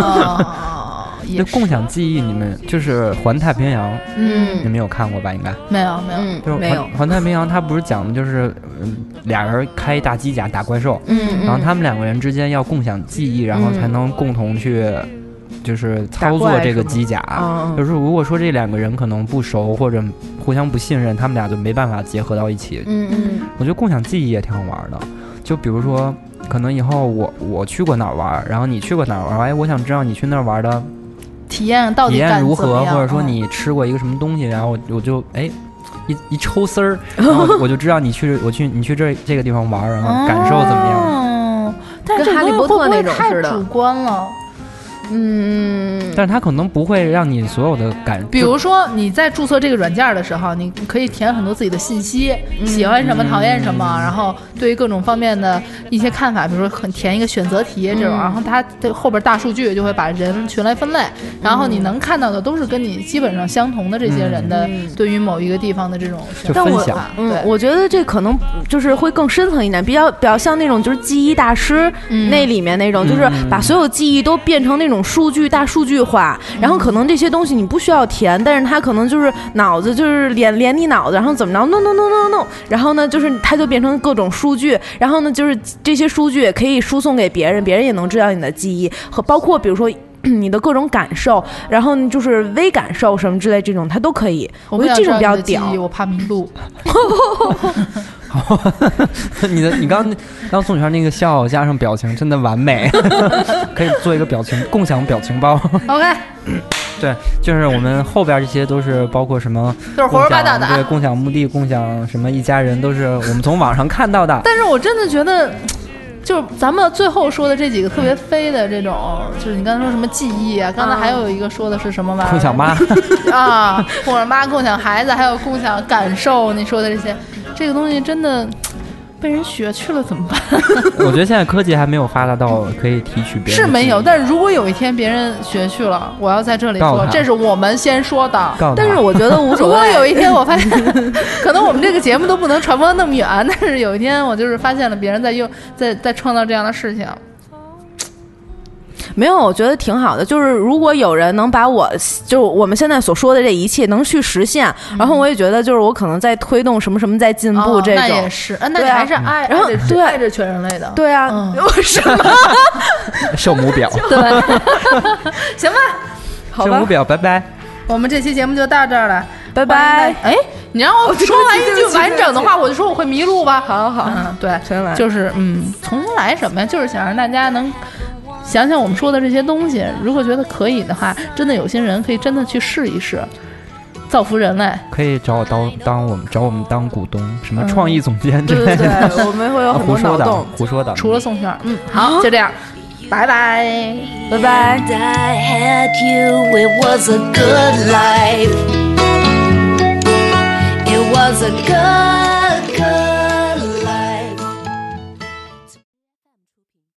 D: 啊，也
G: 那共享记忆，你们就是《环太平洋》，你
D: 嗯，
G: 们有看过吧？应该
D: 没有没有，
B: 嗯
G: 就是
B: 没
G: 环
B: 有，
G: 环太平洋》，它不是讲的就是嗯俩人开大机甲打怪兽，
B: 嗯，
G: 然后他们两个人之间要共享记忆，然后
B: 嗯
G: 才能共同去。就是操
B: 打
G: 作
B: 怪
G: 这个
B: 是吗
G: 机甲，
B: 嗯嗯
G: 就是如果说这两个人可能不熟或者互相不信任，他们俩就没办法结合到一起。
B: 嗯嗯
G: 我觉得共享记忆也挺好玩的。就比如说，可能以后我我去过哪儿玩儿，然后你去过哪儿玩儿，哎，我想知道你去那儿玩儿的
D: 体验到
G: 体
D: 底感
G: 验如
D: 怎么
G: 何，
D: 样
G: 或者
B: 嗯
G: 说你吃过一个什么东西，然后我我就哎一一抽丝
B: [LAUGHS]
G: 儿，然后我就我就知道你去我去你去这这个地方玩儿，然
D: 哦
G: 后感受怎么
B: 哦
G: 样。
D: 样？但是
B: 跟
D: 这
B: 哈利
D: 东
B: 波
D: 西
B: 特
D: 会不会
B: 那种
D: 太
B: 似的
D: 主观了。
B: 嗯，
G: 但是它可能不会让你所有的感，
D: 比如说你在注册这个软件儿的时候，你可以填很多自己的信息，喜欢什么，讨厌什么，
G: 嗯
D: 然后对于各种方面的一些看法，比如说很填一个选择题这种，然后它的后边大数据就会把人群来分类，然后你能看到的都是跟你基本上相同的这些人的对于某一个地方的这种
G: 就
D: 想
G: 分享
D: 法，
B: 嗯，
D: 对。
B: 我觉得这可能就是会更深层一点，比较比较像那种就是记忆大师
D: 嗯
B: 那里面那种，就是把所有记忆都变成那种数据大数据化，然后可能这些东西你不需要填，但是他可能就是脑子就是连连你脑子，然后怎么着弄弄弄弄弄，然后呢就是它就变成各种数据，然后呢就是这些数据也可以输送给别人，别人也能知道你的记忆和包括比如说。 [CLEARS THROAT] 你的各种感受，然后就是微感受什么之类这种，它都可以。我
D: 不
B: 觉得这种
D: 想知
B: 比
D: 道
B: 较
D: 你的记
B: 屌
D: 忆。我怕迷
B: [LAUGHS]
D: 路。
G: [LAUGHS] 你的你刚刚宋璇那个笑加上表情真的完美， [LAUGHS] 可以做一个表情共享表情包。 [LAUGHS]
D: OK，
G: 对，就是我们后边这些都是包括什么
D: 就是胡
G: 共享
D: 说八道的
G: 对，
D: 啊。
G: 共享墓地、共享什么一家人，都是我们从网上看到的。
D: 但是我真的觉得，就是咱们最后说的这几个特别飞的这种，就是你刚才说什么记忆啊，刚才还有一个说的是什么玩意儿？
G: 共享妈，
D: [LAUGHS] 啊，共享妈、共享孩子，还有共享感受。你说的这些，这个东西真的被人学去了怎么办？
G: [LAUGHS] 我觉得现在科技还没有发达到可以提取别人
D: 是
G: 的
D: 没
G: 记忆
D: 有，但是如果有一天别人学去了，我要在这里
G: 告
D: 说
G: 他，
D: 这是我们先说的。
G: 告诉
B: 但
G: 他
B: 是我觉得 [LAUGHS] 无
D: 如
B: 所
D: 果
B: 谓。
D: 有一天我发
B: [LAUGHS]
D: 现，可能我们这个节目都不能传播那么远， [LAUGHS] 但是有一天我就是发现了别人在用，在在创造这样的事情，
B: 没有，我觉得挺好的。就是如果有人能把我，就是我们现在所说的这一切能去实现，然后我也觉得就是我可能在推动什么什么在进步
D: 嗯哦
B: 嗯这
D: 那也
B: 种。
D: 是，啊那你
B: 对啊
D: 还是爱，
B: 然后
D: 爱着
B: 对
D: 爱着全人类的，
B: 对啊，
D: 嗯
B: [LAUGHS] 我什么？
G: 圣母婊，
D: [LAUGHS] 对， [LAUGHS] 行吧，
B: 好
G: 圣母
B: 吧，
G: 婊，拜拜。
D: 我们这期节目就到这儿了，
B: 拜
D: 欢迎大
B: 拜哦
D: 家。哎，你让我说完一句完整的话，我就说我会迷路吧。
B: 好好好，
D: 嗯，对，
B: 全来。
D: 就是嗯，从头来什么呀？就是想让大家能想想我们说的这些东西，如果觉得可以的话，真的有些人可以真的去试一试，造福人类。
G: 可以找我当当我们找我们当股东，什么
D: 嗯
G: 创意总监之
B: 对
G: 类
B: 对
G: 的，
B: 对，我们会有
G: 啊
B: 很
G: 胡
B: 多脑
G: 说的
B: 洞。，
G: 胡说的。
D: 除了送券儿，嗯，好，
B: 啊
D: 就这样，拜拜。
B: 拜拜。
E: And I had you, it was a good life. It was a good